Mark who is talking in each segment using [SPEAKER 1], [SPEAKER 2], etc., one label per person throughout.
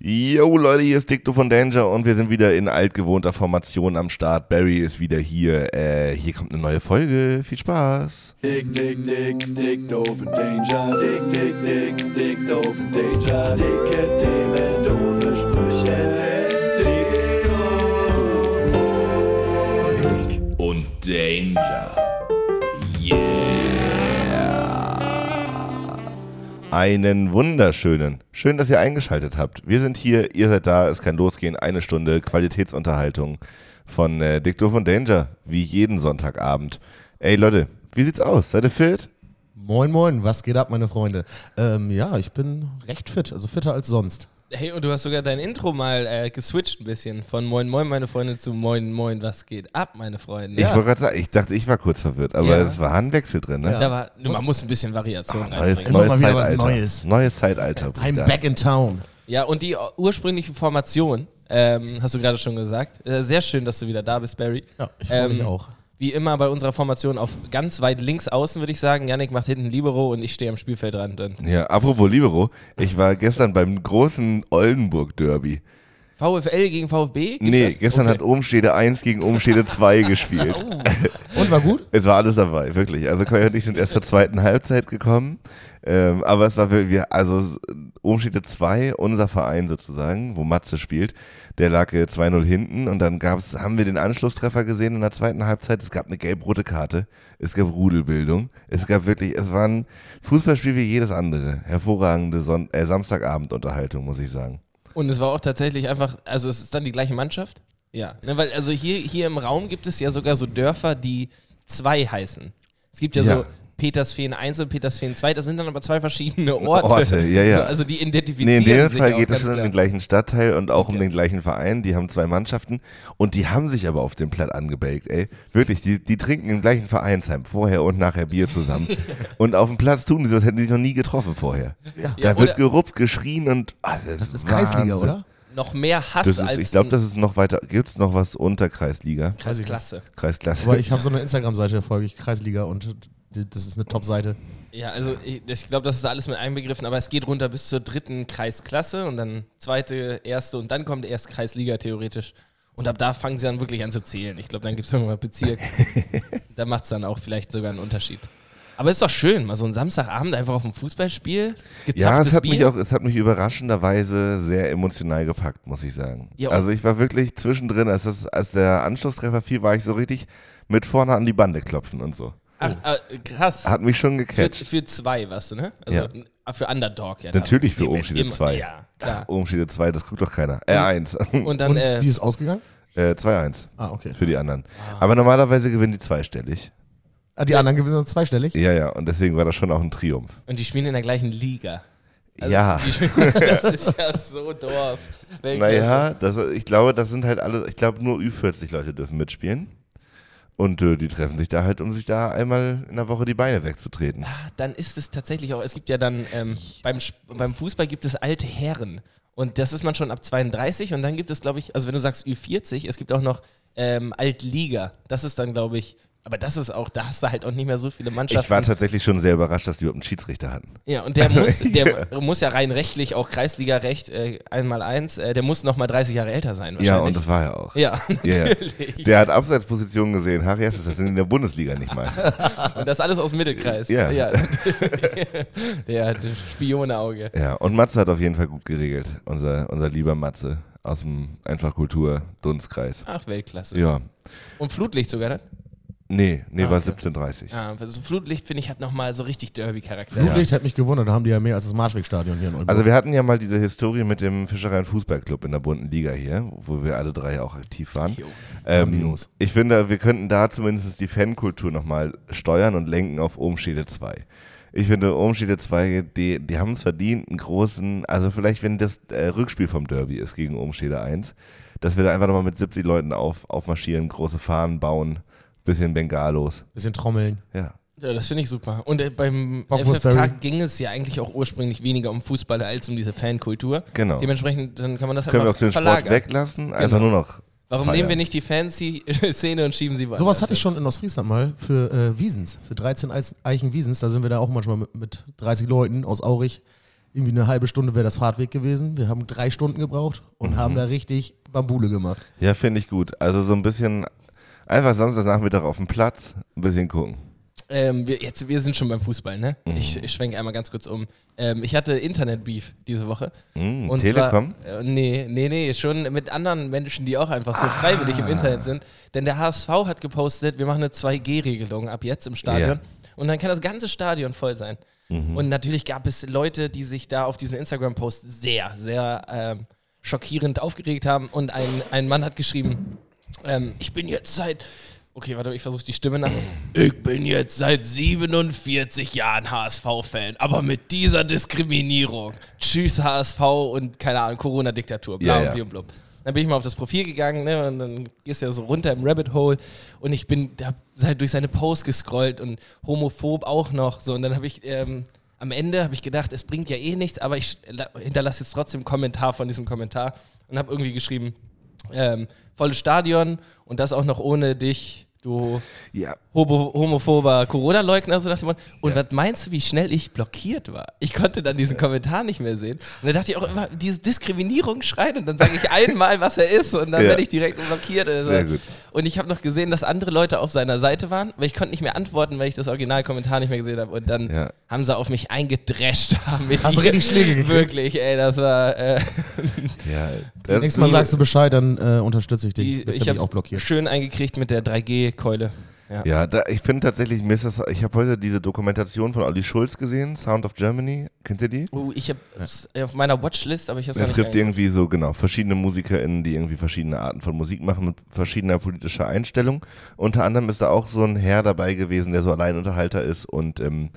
[SPEAKER 1] Yo Leute, hier ist Dicto von Danger und wir sind wieder in altgewohnter Formation am Start. Barry ist wieder hier. Äh, hier kommt eine neue Folge. Viel Spaß.
[SPEAKER 2] Dick, dick, dick, dick, doofen Danger. Dick, dick, dick, dick, doofen Danger. Dicke Themen, doofe Sprüche. Dick, doof, dick.
[SPEAKER 1] Und Danger. Yeah. Einen wunderschönen. Schön, dass ihr eingeschaltet habt. Wir sind hier, ihr seid da, es kann losgehen. Eine Stunde Qualitätsunterhaltung von äh, Dicto von Danger, wie jeden Sonntagabend. Ey Leute, wie sieht's aus? Seid ihr fit?
[SPEAKER 3] Moin, moin, was geht ab, meine Freunde? Ähm, ja, ich bin recht fit, also fitter als sonst.
[SPEAKER 4] Hey, und du hast sogar dein Intro mal äh, geswitcht ein bisschen. Von Moin Moin, meine Freunde, zu Moin Moin, was geht ab, meine Freunde.
[SPEAKER 1] Ich wollte gerade sagen, ich dachte, ich war kurz verwirrt, aber
[SPEAKER 4] Ja.
[SPEAKER 1] es war ein Wechsel drin, ne?
[SPEAKER 4] da war, man muss ein bisschen Variation
[SPEAKER 1] Neues,
[SPEAKER 3] Immer
[SPEAKER 4] reinbringen.
[SPEAKER 1] neues
[SPEAKER 3] mal wieder was
[SPEAKER 1] Zeitalter.
[SPEAKER 3] Neues.
[SPEAKER 1] Neues Zeitalter.
[SPEAKER 3] I'm
[SPEAKER 1] Bruder.
[SPEAKER 3] back in town.
[SPEAKER 4] Ja, und die ursprüngliche Formation, ähm, hast du gerade schon gesagt. Äh, sehr schön, dass du wieder da bist, Barry.
[SPEAKER 3] Ja, ich freue mich auch.
[SPEAKER 4] Wie immer bei unserer Formation auf ganz weit links außen, würde ich sagen. Yannick macht hinten Libero und ich stehe am Spielfeldrand. Dann.
[SPEAKER 1] Ja, apropos Libero, ich war gestern beim großen Oldenburg-Derby.
[SPEAKER 4] VfL gegen VfB? Gibt's
[SPEAKER 1] Nee,
[SPEAKER 4] das?
[SPEAKER 1] gestern
[SPEAKER 4] Okay.
[SPEAKER 1] hat Umstede 1 gegen Umstede 2 gespielt.
[SPEAKER 3] Oh. Und war gut?
[SPEAKER 1] Es war alles dabei, wirklich. Also Koi und ich sind erst zur zweiten Halbzeit gekommen. Ähm, aber es war wirklich, wir- also es- Umstede 2, unser Verein sozusagen, wo Matze spielt, der lag äh, 2-0 hinten und dann gab's, haben wir den Anschlusstreffer gesehen in der zweiten Halbzeit. Es gab eine gelb-rote Karte, es gab Rudelbildung, es gab wirklich, es war ein Fußballspiel wie jedes andere. Hervorragende Son äh, Samstagabendunterhaltung, muss ich sagen.
[SPEAKER 4] Und es war auch tatsächlich einfach, also es ist dann die gleiche Mannschaft. Ja, ne, weil also hier, hier im Raum gibt es ja sogar so Dörfer, die zwei heißen. Es gibt ja,
[SPEAKER 1] Ja.
[SPEAKER 4] so Petersfeen 1 und Petersfeen 2, das sind dann aber zwei verschiedene Orte.
[SPEAKER 1] Orte, ja, ja.
[SPEAKER 4] So, also die identifizieren
[SPEAKER 1] Nee, in dem
[SPEAKER 4] sich
[SPEAKER 1] Fall
[SPEAKER 4] auch
[SPEAKER 1] geht es
[SPEAKER 4] ganz
[SPEAKER 1] schon um
[SPEAKER 4] klar.
[SPEAKER 1] den gleichen Stadtteil und auch um den gleichen Verein. Die haben zwei Mannschaften und die haben sich aber auf dem Platt angebelgt, ey. Wirklich, die, die trinken im gleichen Vereinsheim vorher und nachher Bier zusammen. und auf dem Platz tun die so, als hätten die sich noch nie getroffen vorher. da
[SPEAKER 4] Ja,
[SPEAKER 1] wird
[SPEAKER 4] oder-
[SPEAKER 1] geruppt, geschrien und. ah, das,
[SPEAKER 3] Das ist Kreisliga,
[SPEAKER 1] Wahnsinn.
[SPEAKER 3] oder?
[SPEAKER 4] Noch mehr Hass
[SPEAKER 1] Das ist,
[SPEAKER 4] als
[SPEAKER 1] ich glaube,
[SPEAKER 4] ein-
[SPEAKER 1] das ist noch weiter. Gibt es noch was unter Kreisliga?
[SPEAKER 4] als Klasse.
[SPEAKER 1] Kreisklasse.
[SPEAKER 3] Aber ich habe so eine Instagram-Seite, da folge ich Kreisliga und d- das ist eine Top-Seite.
[SPEAKER 4] Ja, also ich, ich glaube, das ist da alles mit einbegriffen, aber es geht runter bis zur dritten Kreisklasse und dann zweite, erste und dann kommt erst Kreisliga theoretisch. Und ab da fangen sie dann wirklich an zu zählen. Ich glaube, dann gibt es irgendwann Bezirk. da macht es dann auch vielleicht sogar einen Unterschied. Aber ist doch schön, mal so einen Samstagabend einfach auf ein Fußballspiel.
[SPEAKER 1] ja,
[SPEAKER 4] gezapftes
[SPEAKER 1] es hat mich
[SPEAKER 4] Bier.
[SPEAKER 1] auch, es hat mich überraschenderweise sehr emotional gepackt, muss ich sagen.
[SPEAKER 4] Ja, und-
[SPEAKER 1] also ich war wirklich zwischendrin, als, das, als der Anschlusstreffer fiel, war ich so richtig mit vorne an die Bande klopfen und so.
[SPEAKER 4] Ach, äh, krass.
[SPEAKER 1] Hat mich schon
[SPEAKER 4] Für,
[SPEAKER 1] gecatcht.
[SPEAKER 4] für zwei warst du, ne? Also äh, für Underdog, ja.
[SPEAKER 1] Natürlich für
[SPEAKER 4] Immer-
[SPEAKER 1] Umschiede
[SPEAKER 4] immer-
[SPEAKER 1] 2.
[SPEAKER 4] Ja, klar.
[SPEAKER 1] Umschiede 2, das guckt doch keiner. Äh, 1.
[SPEAKER 4] Und dann
[SPEAKER 3] und
[SPEAKER 4] äh,
[SPEAKER 3] wie ist es ausgegangen?
[SPEAKER 1] äh, 2-1
[SPEAKER 3] Ah, okay.
[SPEAKER 1] für die anderen. Aber normalerweise gewinnen die zweistellig.
[SPEAKER 3] Ah, die anderen gewinnen sind zweistellig?
[SPEAKER 1] Ja, ja, und deswegen war das schon auch ein Triumph.
[SPEAKER 4] Und die spielen in der gleichen Liga.
[SPEAKER 1] ja.
[SPEAKER 4] Also Die spielen, das ist ja so Dorf. Weltklasse.
[SPEAKER 1] Naja, das, ich glaube, das sind halt alles, ich glaube, nur Ü40 Leute dürfen mitspielen. Und äh, die treffen sich da halt, um sich da einmal in der Woche die Beine wegzutreten.
[SPEAKER 4] Ah, Dann ist es tatsächlich auch, es gibt ja dann, ähm, beim, Sp- beim Fußball gibt es alte Herren. Und das ist man schon ab 32 und dann gibt es, glaube ich, also wenn du sagst Ü40, es gibt auch noch ähm, Altliga. Das ist dann, glaube ich, aber das ist auch, da hast du halt auch nicht mehr so viele Mannschaften.
[SPEAKER 1] Ich war tatsächlich schon sehr überrascht, dass die überhaupt einen Schiedsrichter hatten.
[SPEAKER 4] ja, und der muss, der muss ja rein rechtlich, auch Kreisliga-Recht, äh, einmal eins, äh, der muss nochmal 30 Jahre älter sein wahrscheinlich.
[SPEAKER 1] Ja, und das war er auch.
[SPEAKER 4] ja,
[SPEAKER 1] Ja, ja.
[SPEAKER 4] natürlich.
[SPEAKER 1] Der hat Abseitspositionen gesehen. Harry ist das sind in der Bundesliga nicht mal.
[SPEAKER 4] Und das alles aus dem Mittelkreis.
[SPEAKER 1] Ja.
[SPEAKER 4] der der Spionauge.
[SPEAKER 1] Ja, und Matze hat auf jeden Fall gut geregelt. Unser, unser lieber Matze aus dem Einfach Kultur Dunstkreis.
[SPEAKER 4] Ach, Weltklasse.
[SPEAKER 1] Ja.
[SPEAKER 4] Und Flutlicht sogar dann?
[SPEAKER 1] Nee, nee, war
[SPEAKER 4] Ah, okay.
[SPEAKER 1] 17.30.
[SPEAKER 4] Ja, also Flutlicht, finde ich, hat nochmal so richtig Derby-Charakter.
[SPEAKER 3] Blutlicht hat mich gewundert, da haben die ja mehr als das Marschwegstadion hier in Oldenburg.
[SPEAKER 1] Also wir hatten ja mal diese Historie mit dem Fischereien Fußballclub in der bunten Liga hier, wo wir alle drei auch aktiv waren.
[SPEAKER 4] Jo.
[SPEAKER 1] Ähm,
[SPEAKER 3] Grandios.
[SPEAKER 1] ich finde, wir könnten da zumindest die Fankultur nochmal steuern und lenken auf Umschiede 2. Ich finde, Umschiede 2, die, die haben es verdient, einen großen, also vielleicht, wenn das äh, Rückspiel vom Derby ist gegen Umschiede 1, dass wir da einfach nochmal mit 70 Leuten auf, aufmarschieren, große Fahnen bauen, bisschen Bengalos.
[SPEAKER 3] Bisschen trommeln.
[SPEAKER 1] Ja.
[SPEAKER 4] Ja, das finde ich super. Und äh, beim
[SPEAKER 3] Bockwurst
[SPEAKER 4] FFK
[SPEAKER 3] Ferry.
[SPEAKER 4] ging es ja eigentlich auch ursprünglich weniger um Fußball als um diese Fankultur.
[SPEAKER 1] Genau.
[SPEAKER 4] Dementsprechend, dann kann man das
[SPEAKER 1] Können wir
[SPEAKER 4] einfach
[SPEAKER 1] auch den
[SPEAKER 4] verlagern.
[SPEAKER 1] Sport weglassen? Einfach
[SPEAKER 4] Genau.
[SPEAKER 1] nur noch.
[SPEAKER 4] Warum
[SPEAKER 1] feiern.
[SPEAKER 4] nehmen wir nicht die Fancy-Szene und schieben sie weiter?
[SPEAKER 3] Sowas hatte ich schon in Ostfriesland mal für äh, Wiesens, für 13 Eis- Eichen Wiesens. Da sind wir da auch manchmal mit, mit 30 Leuten aus Aurich irgendwie eine halbe Stunde wäre das Fahrtweg gewesen. Wir haben drei Stunden gebraucht
[SPEAKER 4] Mhm.
[SPEAKER 3] und haben da richtig Bambule gemacht.
[SPEAKER 1] Ja, finde ich gut. Also so ein bisschen einfach Samstagnachmittag auf dem Platz, ein bisschen gucken.
[SPEAKER 4] Ähm, wir, jetzt, wir sind schon beim Fußball, ne?
[SPEAKER 1] Mhm.
[SPEAKER 4] Ich, ich schwenke einmal ganz kurz um. Ähm, ich hatte Internet-Beef diese Woche.
[SPEAKER 1] Mhm,
[SPEAKER 4] Und
[SPEAKER 1] Telekom?
[SPEAKER 4] Zwar, äh, nee, nee, nee, schon mit anderen Menschen, die auch einfach so
[SPEAKER 1] Ah.
[SPEAKER 4] freiwillig im Internet sind. Denn der HSV hat gepostet, wir machen eine 2G-Regelung ab jetzt im Stadion. Und dann kann das ganze Stadion voll sein.
[SPEAKER 1] Mhm.
[SPEAKER 4] Und natürlich gab es Leute, die sich da auf diesen Instagram-Post sehr, sehr ähm, schockierend aufgeregt haben. Und ein, ein Mann hat geschrieben, ähm, ich bin jetzt seit. Okay, warte, ich versuche die Stimme nach. Ich bin jetzt seit 47 Jahren HSV-Fan, aber mit dieser Diskriminierung. Tschüss HSV und keine Ahnung, Corona-Diktatur, bla
[SPEAKER 1] Ja,
[SPEAKER 4] und
[SPEAKER 1] ja.
[SPEAKER 4] bli und blub. Dann bin ich mal auf das Profil gegangen ne, und dann gehst du ja so runter im Rabbit Hole und ich bin, hab halt durch seine Posts gescrollt und homophob auch noch. So, und dann habe ich ähm, am Ende habe ich gedacht, es bringt ja eh nichts, aber ich la- hinterlasse jetzt trotzdem einen Kommentar von diesem Kommentar und habe irgendwie geschrieben, ähm, volles Stadion und das auch noch ohne dich, du
[SPEAKER 1] Ja.
[SPEAKER 4] hobo, homophober Corona-Leugner. So dachte man, und was meinst du, wie schnell ich blockiert war? Ich konnte dann diesen Kommentar nicht mehr sehen. Und dann dachte ich auch immer, diese Diskriminierung schreien und dann sage ich einmal, was er ist und dann
[SPEAKER 1] Ja.
[SPEAKER 4] werde ich direkt blockiert. Also.
[SPEAKER 1] Sehr gut.
[SPEAKER 4] Und ich habe noch gesehen, dass andere Leute auf seiner Seite waren, aber ich konnte nicht mehr antworten, weil ich das Originalkommentar nicht mehr gesehen habe. Und dann
[SPEAKER 1] Ja.
[SPEAKER 4] haben sie auf mich eingedrescht. Haben mich
[SPEAKER 3] Hast du richtig Schläge gekriegt?
[SPEAKER 4] Wirklich, ey, das war... Äh,
[SPEAKER 1] Ja. Das-
[SPEAKER 3] Nächstes Mal sagst du Bescheid, dann äh, unterstütze ich dich.
[SPEAKER 4] die,
[SPEAKER 3] Bist
[SPEAKER 4] ich
[SPEAKER 3] nämlich
[SPEAKER 4] habe
[SPEAKER 3] auch blockiert.
[SPEAKER 4] schön eingekriegt mit der 3G-Keule.
[SPEAKER 1] Ja, da, ich finde tatsächlich, mir ist das, ich habe heute diese Dokumentation von Olli Schulz gesehen, Sound of Germany, kennt ihr die?
[SPEAKER 4] Oh, ich hab's auf meiner Watchlist, aber ich hab's
[SPEAKER 1] Er
[SPEAKER 4] noch
[SPEAKER 1] trifft
[SPEAKER 4] nicht
[SPEAKER 1] irgendwie so, genau, verschiedene MusikerInnen, die irgendwie verschiedene Arten von Musik machen mit verschiedener politischer Einstellung. Unter anderem ist da auch so ein Herr dabei gewesen, der so Alleinunterhalter ist und ähm,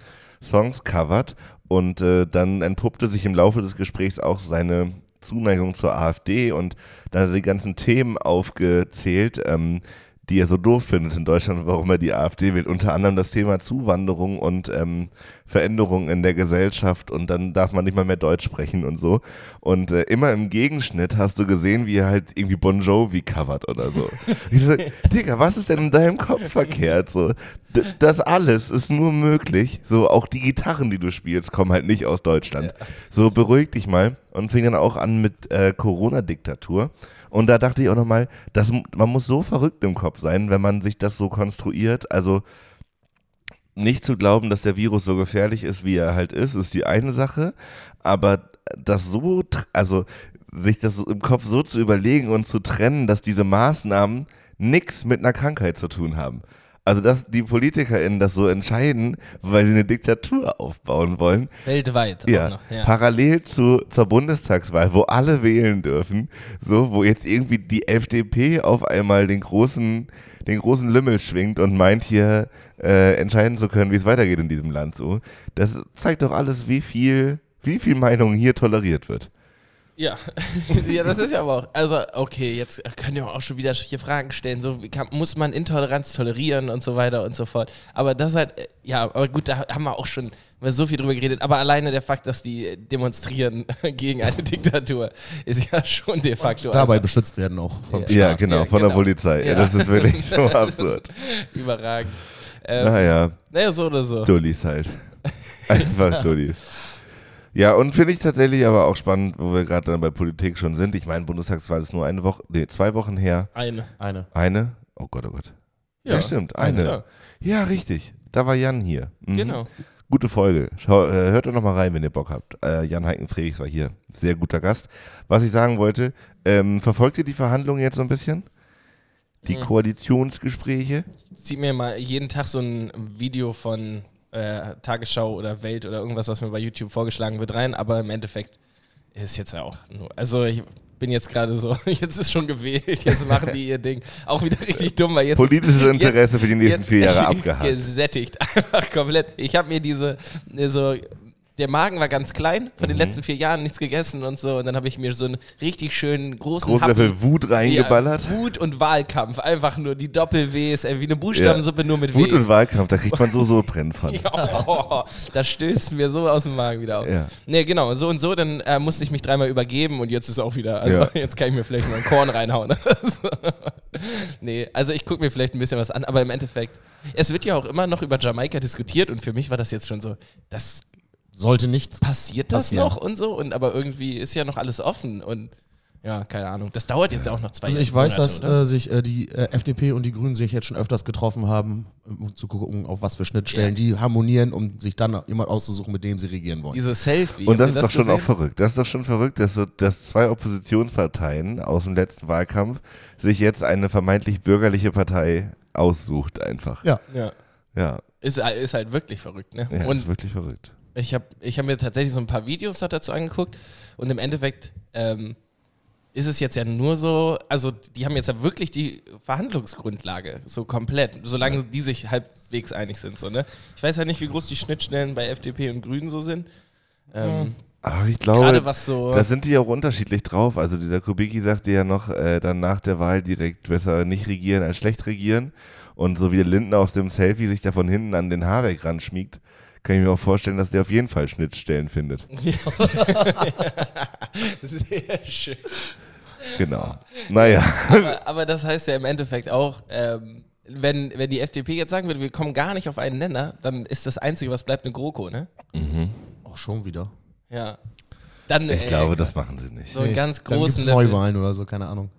[SPEAKER 1] Songs covert. Und äh, dann entpuppte sich im Laufe des Gesprächs auch seine Zuneigung zur AfD und da hat er die ganzen Themen aufgezählt, ähm, die er so doof findet in Deutschland, warum er die AfD wählt. Unter anderem das Thema Zuwanderung und ähm, Veränderungen in der Gesellschaft und dann darf man nicht mal mehr Deutsch sprechen und so. Und äh, immer im Gegenschnitt hast du gesehen, wie er halt irgendwie Bon Jovi covert oder so. ich so, Digga, was ist denn in deinem Kopf verkehrt? So, D das alles ist nur möglich. So, auch die Gitarren, die du spielst, kommen halt nicht aus Deutschland. So, beruhig dich mal. Und fing dann auch an mit äh, Corona-Diktatur. Und da dachte ich auch nochmal, man muss so verrückt im Kopf sein, wenn man sich das so konstruiert. Also nicht zu glauben, dass der Virus so gefährlich ist, wie er halt ist, ist die eine Sache. Aber das so, tr- also sich das so im Kopf so zu überlegen und zu trennen, dass diese Maßnahmen nichts mit einer Krankheit zu tun haben. Also, dass die PolitikerInnen das so entscheiden, weil sie eine Diktatur aufbauen wollen,
[SPEAKER 4] Weltweit
[SPEAKER 1] ja,
[SPEAKER 4] auch noch. Ja.
[SPEAKER 1] parallel zu, zur Bundestagswahl, wo alle wählen dürfen, so, wo jetzt irgendwie die FDP auf einmal den großen, den großen Lümmel schwingt und meint hier äh, entscheiden zu können, wie es weitergeht in diesem Land so. Das zeigt doch alles, wie viel, wie viel Meinung hier toleriert wird.
[SPEAKER 4] Ja. ja, das ist ja aber auch. Also, okay, jetzt könnt ihr auch schon wieder hier Fragen stellen. So, wie kann, muss man Intoleranz tolerieren und so weiter und so fort. Aber das halt, äh, ja, aber gut, da haben wir auch schon wir so viel drüber geredet. Aber alleine der Fakt, dass die äh, demonstrieren gegen eine Diktatur, ist ja schon de facto
[SPEAKER 3] Dabei beschützt werden auch vom
[SPEAKER 4] Ja,
[SPEAKER 1] ja, genau,
[SPEAKER 4] ja,
[SPEAKER 1] von der
[SPEAKER 4] genau.
[SPEAKER 1] Polizei. Ja.
[SPEAKER 4] Ja.
[SPEAKER 1] das ist wirklich so absurd.
[SPEAKER 4] einfach überragend. Ähm,
[SPEAKER 1] Naja,
[SPEAKER 4] Naja, so oder so.
[SPEAKER 1] Dullis halt. Einfach Dullis. Ja, und finde ich tatsächlich aber auch spannend, wo wir gerade dann bei Politik schon sind. Ich meine, Bundestagswahl ist nur eine Woche, nee, zwei Wochen her.
[SPEAKER 4] Eine.
[SPEAKER 3] Eine.
[SPEAKER 1] Eine? Oh Gott, oh Gott. Ja, stimmt, eine.
[SPEAKER 4] Ja,
[SPEAKER 1] Ja, richtig. Da war Jan hier. Mhm.
[SPEAKER 4] genau.
[SPEAKER 1] Gute Folge. Schau, äh, hört doch nochmal rein, wenn ihr Bock habt. Äh, Jan Heiken Friedrichs war hier. Sehr guter Gast. Was ich sagen wollte, ähm, verfolgt ihr die Verhandlungen jetzt so ein bisschen? Die
[SPEAKER 4] Mhm.
[SPEAKER 1] Koalitionsgespräche?
[SPEAKER 4] zieh mir mal jeden Tag so ein Video von äh, Tagesschau oder Welt oder irgendwas, was mir bei YouTube vorgeschlagen wird, rein. Aber im Endeffekt ist jetzt ja auch nur. Also ich bin jetzt gerade so, jetzt ist schon gewählt, jetzt machen die ihr Ding. Auch wieder richtig dumm, weil jetzt.
[SPEAKER 1] Politisches
[SPEAKER 4] jetzt-
[SPEAKER 1] Interesse für die nächsten
[SPEAKER 4] jetzt-
[SPEAKER 1] vier Jahre abgehakt.
[SPEAKER 4] Gesättigt, einfach komplett. Ich habe mir diese, ne, so, der Magen war ganz klein, von
[SPEAKER 1] Mhm.
[SPEAKER 4] den letzten vier Jahren nichts gegessen und so. Und dann habe ich mir so einen richtig schönen großen
[SPEAKER 1] Großen
[SPEAKER 4] Happen-
[SPEAKER 1] Löffel Wut reingeballert.
[SPEAKER 4] ja, Wut und Wahlkampf, einfach nur die Doppel-Ws, ey, wie eine Buchstabensuppe nur mit
[SPEAKER 1] Wut
[SPEAKER 4] Ws.
[SPEAKER 1] und Wahlkampf, da kriegt man so Sodbrennen von.
[SPEAKER 4] ja, oh, das stößt mir so aus dem Magen wieder auf.
[SPEAKER 1] Ja.
[SPEAKER 4] Nee, genau, so und so, dann äh, musste ich mich dreimal übergeben und jetzt ist auch wieder, also
[SPEAKER 1] Ja.
[SPEAKER 4] jetzt kann ich mir vielleicht mal ein Korn reinhauen. nee, also ich gucke mir vielleicht ein bisschen was an, aber im Endeffekt, es wird ja auch immer noch über Jamaika diskutiert und für mich war das jetzt schon so, das
[SPEAKER 3] sollte nicht
[SPEAKER 4] passiert das
[SPEAKER 3] Passieren.
[SPEAKER 4] noch und so? Und aber irgendwie ist ja noch alles offen und ja, keine Ahnung. Das dauert jetzt ja auch noch zwei
[SPEAKER 3] Also ich weiß,
[SPEAKER 4] Monate,
[SPEAKER 3] dass
[SPEAKER 4] oder?
[SPEAKER 3] äh, sich äh, die äh, FDP und die Grünen sich jetzt schon öfters getroffen haben, um zu gucken, auf was für Schnittstellen die harmonieren, um sich dann jemand auszusuchen, mit dem sie regieren wollen.
[SPEAKER 4] Diese Selfie.
[SPEAKER 1] Und das
[SPEAKER 4] habt
[SPEAKER 1] ist
[SPEAKER 4] ihr
[SPEAKER 1] doch schon auch
[SPEAKER 4] gesehen?
[SPEAKER 1] verrückt. Das ist doch schon verrückt, dass, so, dass zwei Oppositionsparteien aus dem letzten Wahlkampf sich jetzt eine vermeintlich bürgerliche Partei aussucht einfach.
[SPEAKER 3] Ja.
[SPEAKER 4] Ja.
[SPEAKER 1] Ja,
[SPEAKER 4] Ist, ist halt wirklich verrückt, ne?
[SPEAKER 1] ja
[SPEAKER 4] und
[SPEAKER 1] ist wirklich verrückt.
[SPEAKER 4] ich habe ich hab mir tatsächlich so ein paar Videos noch dazu angeguckt und im Endeffekt ähm, ist es jetzt ja nur so, also die haben jetzt ja wirklich die Verhandlungsgrundlage, so komplett, solange die sich halbwegs einig sind. So, ne? Ich weiß ja nicht, wie groß die Schnittstellen bei FDP und Grünen so sind. Ähm,
[SPEAKER 1] Aber ich
[SPEAKER 4] Gerade
[SPEAKER 1] glaube,
[SPEAKER 4] was so.
[SPEAKER 1] da sind die auch unterschiedlich drauf. Also dieser Kubicki sagte ja noch, äh, dann nach der Wahl direkt besser nicht regieren als schlecht regieren. Und so wie der Lindner auf dem Selfie sich da von hinten an den Habeck ran schmiegt, kann ich mir auch vorstellen, dass der auf jeden Fall Schnittstellen findet.
[SPEAKER 4] Sehr schön.
[SPEAKER 1] Genau. Naja.
[SPEAKER 4] Aber, aber das heißt ja im Endeffekt auch, ähm, wenn, wenn die FDP jetzt sagen würde, wir kommen gar nicht auf einen Nenner, dann ist das Einzige, was bleibt, eine GroKo, ne?
[SPEAKER 3] Auch schon wieder.
[SPEAKER 4] Ja. Dann, äh,
[SPEAKER 1] Ich glaube, das machen sie nicht.
[SPEAKER 4] So einen ganz
[SPEAKER 3] dann gibt's
[SPEAKER 4] großen Level.
[SPEAKER 3] Neuwahlen oder so, keine Ahnung.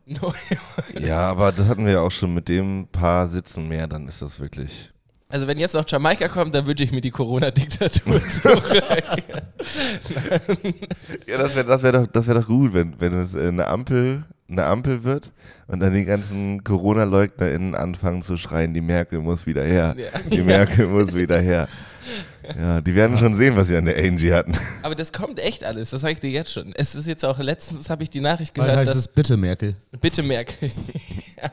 [SPEAKER 1] Ja, aber das hatten wir ja auch schon mit dem paar Sitzen mehr, dann ist das wirklich.
[SPEAKER 4] Also wenn jetzt noch Jamaika kommt, dann wünsche ich mir die Corona-Diktatur zurück.
[SPEAKER 1] Ja, das wäre das wär doch, das wär doch gut, wenn, wenn es äh, eine Ampel, eine Ampel wird und dann die ganzen Corona-LeugnerInnen anfangen zu schreien, die Merkel muss wieder her.
[SPEAKER 4] Ja.
[SPEAKER 1] Die Merkel muss wieder her. Ja, die werden schon sehen, was sie an der Angie hatten.
[SPEAKER 4] Aber das kommt echt alles, das sage ich dir jetzt schon. Es ist jetzt auch, letztens habe ich die Nachricht
[SPEAKER 3] Bald
[SPEAKER 4] gehört,
[SPEAKER 3] heißt
[SPEAKER 4] dass
[SPEAKER 3] es bitte, Merkel.
[SPEAKER 4] Bitte Merkel. Ja.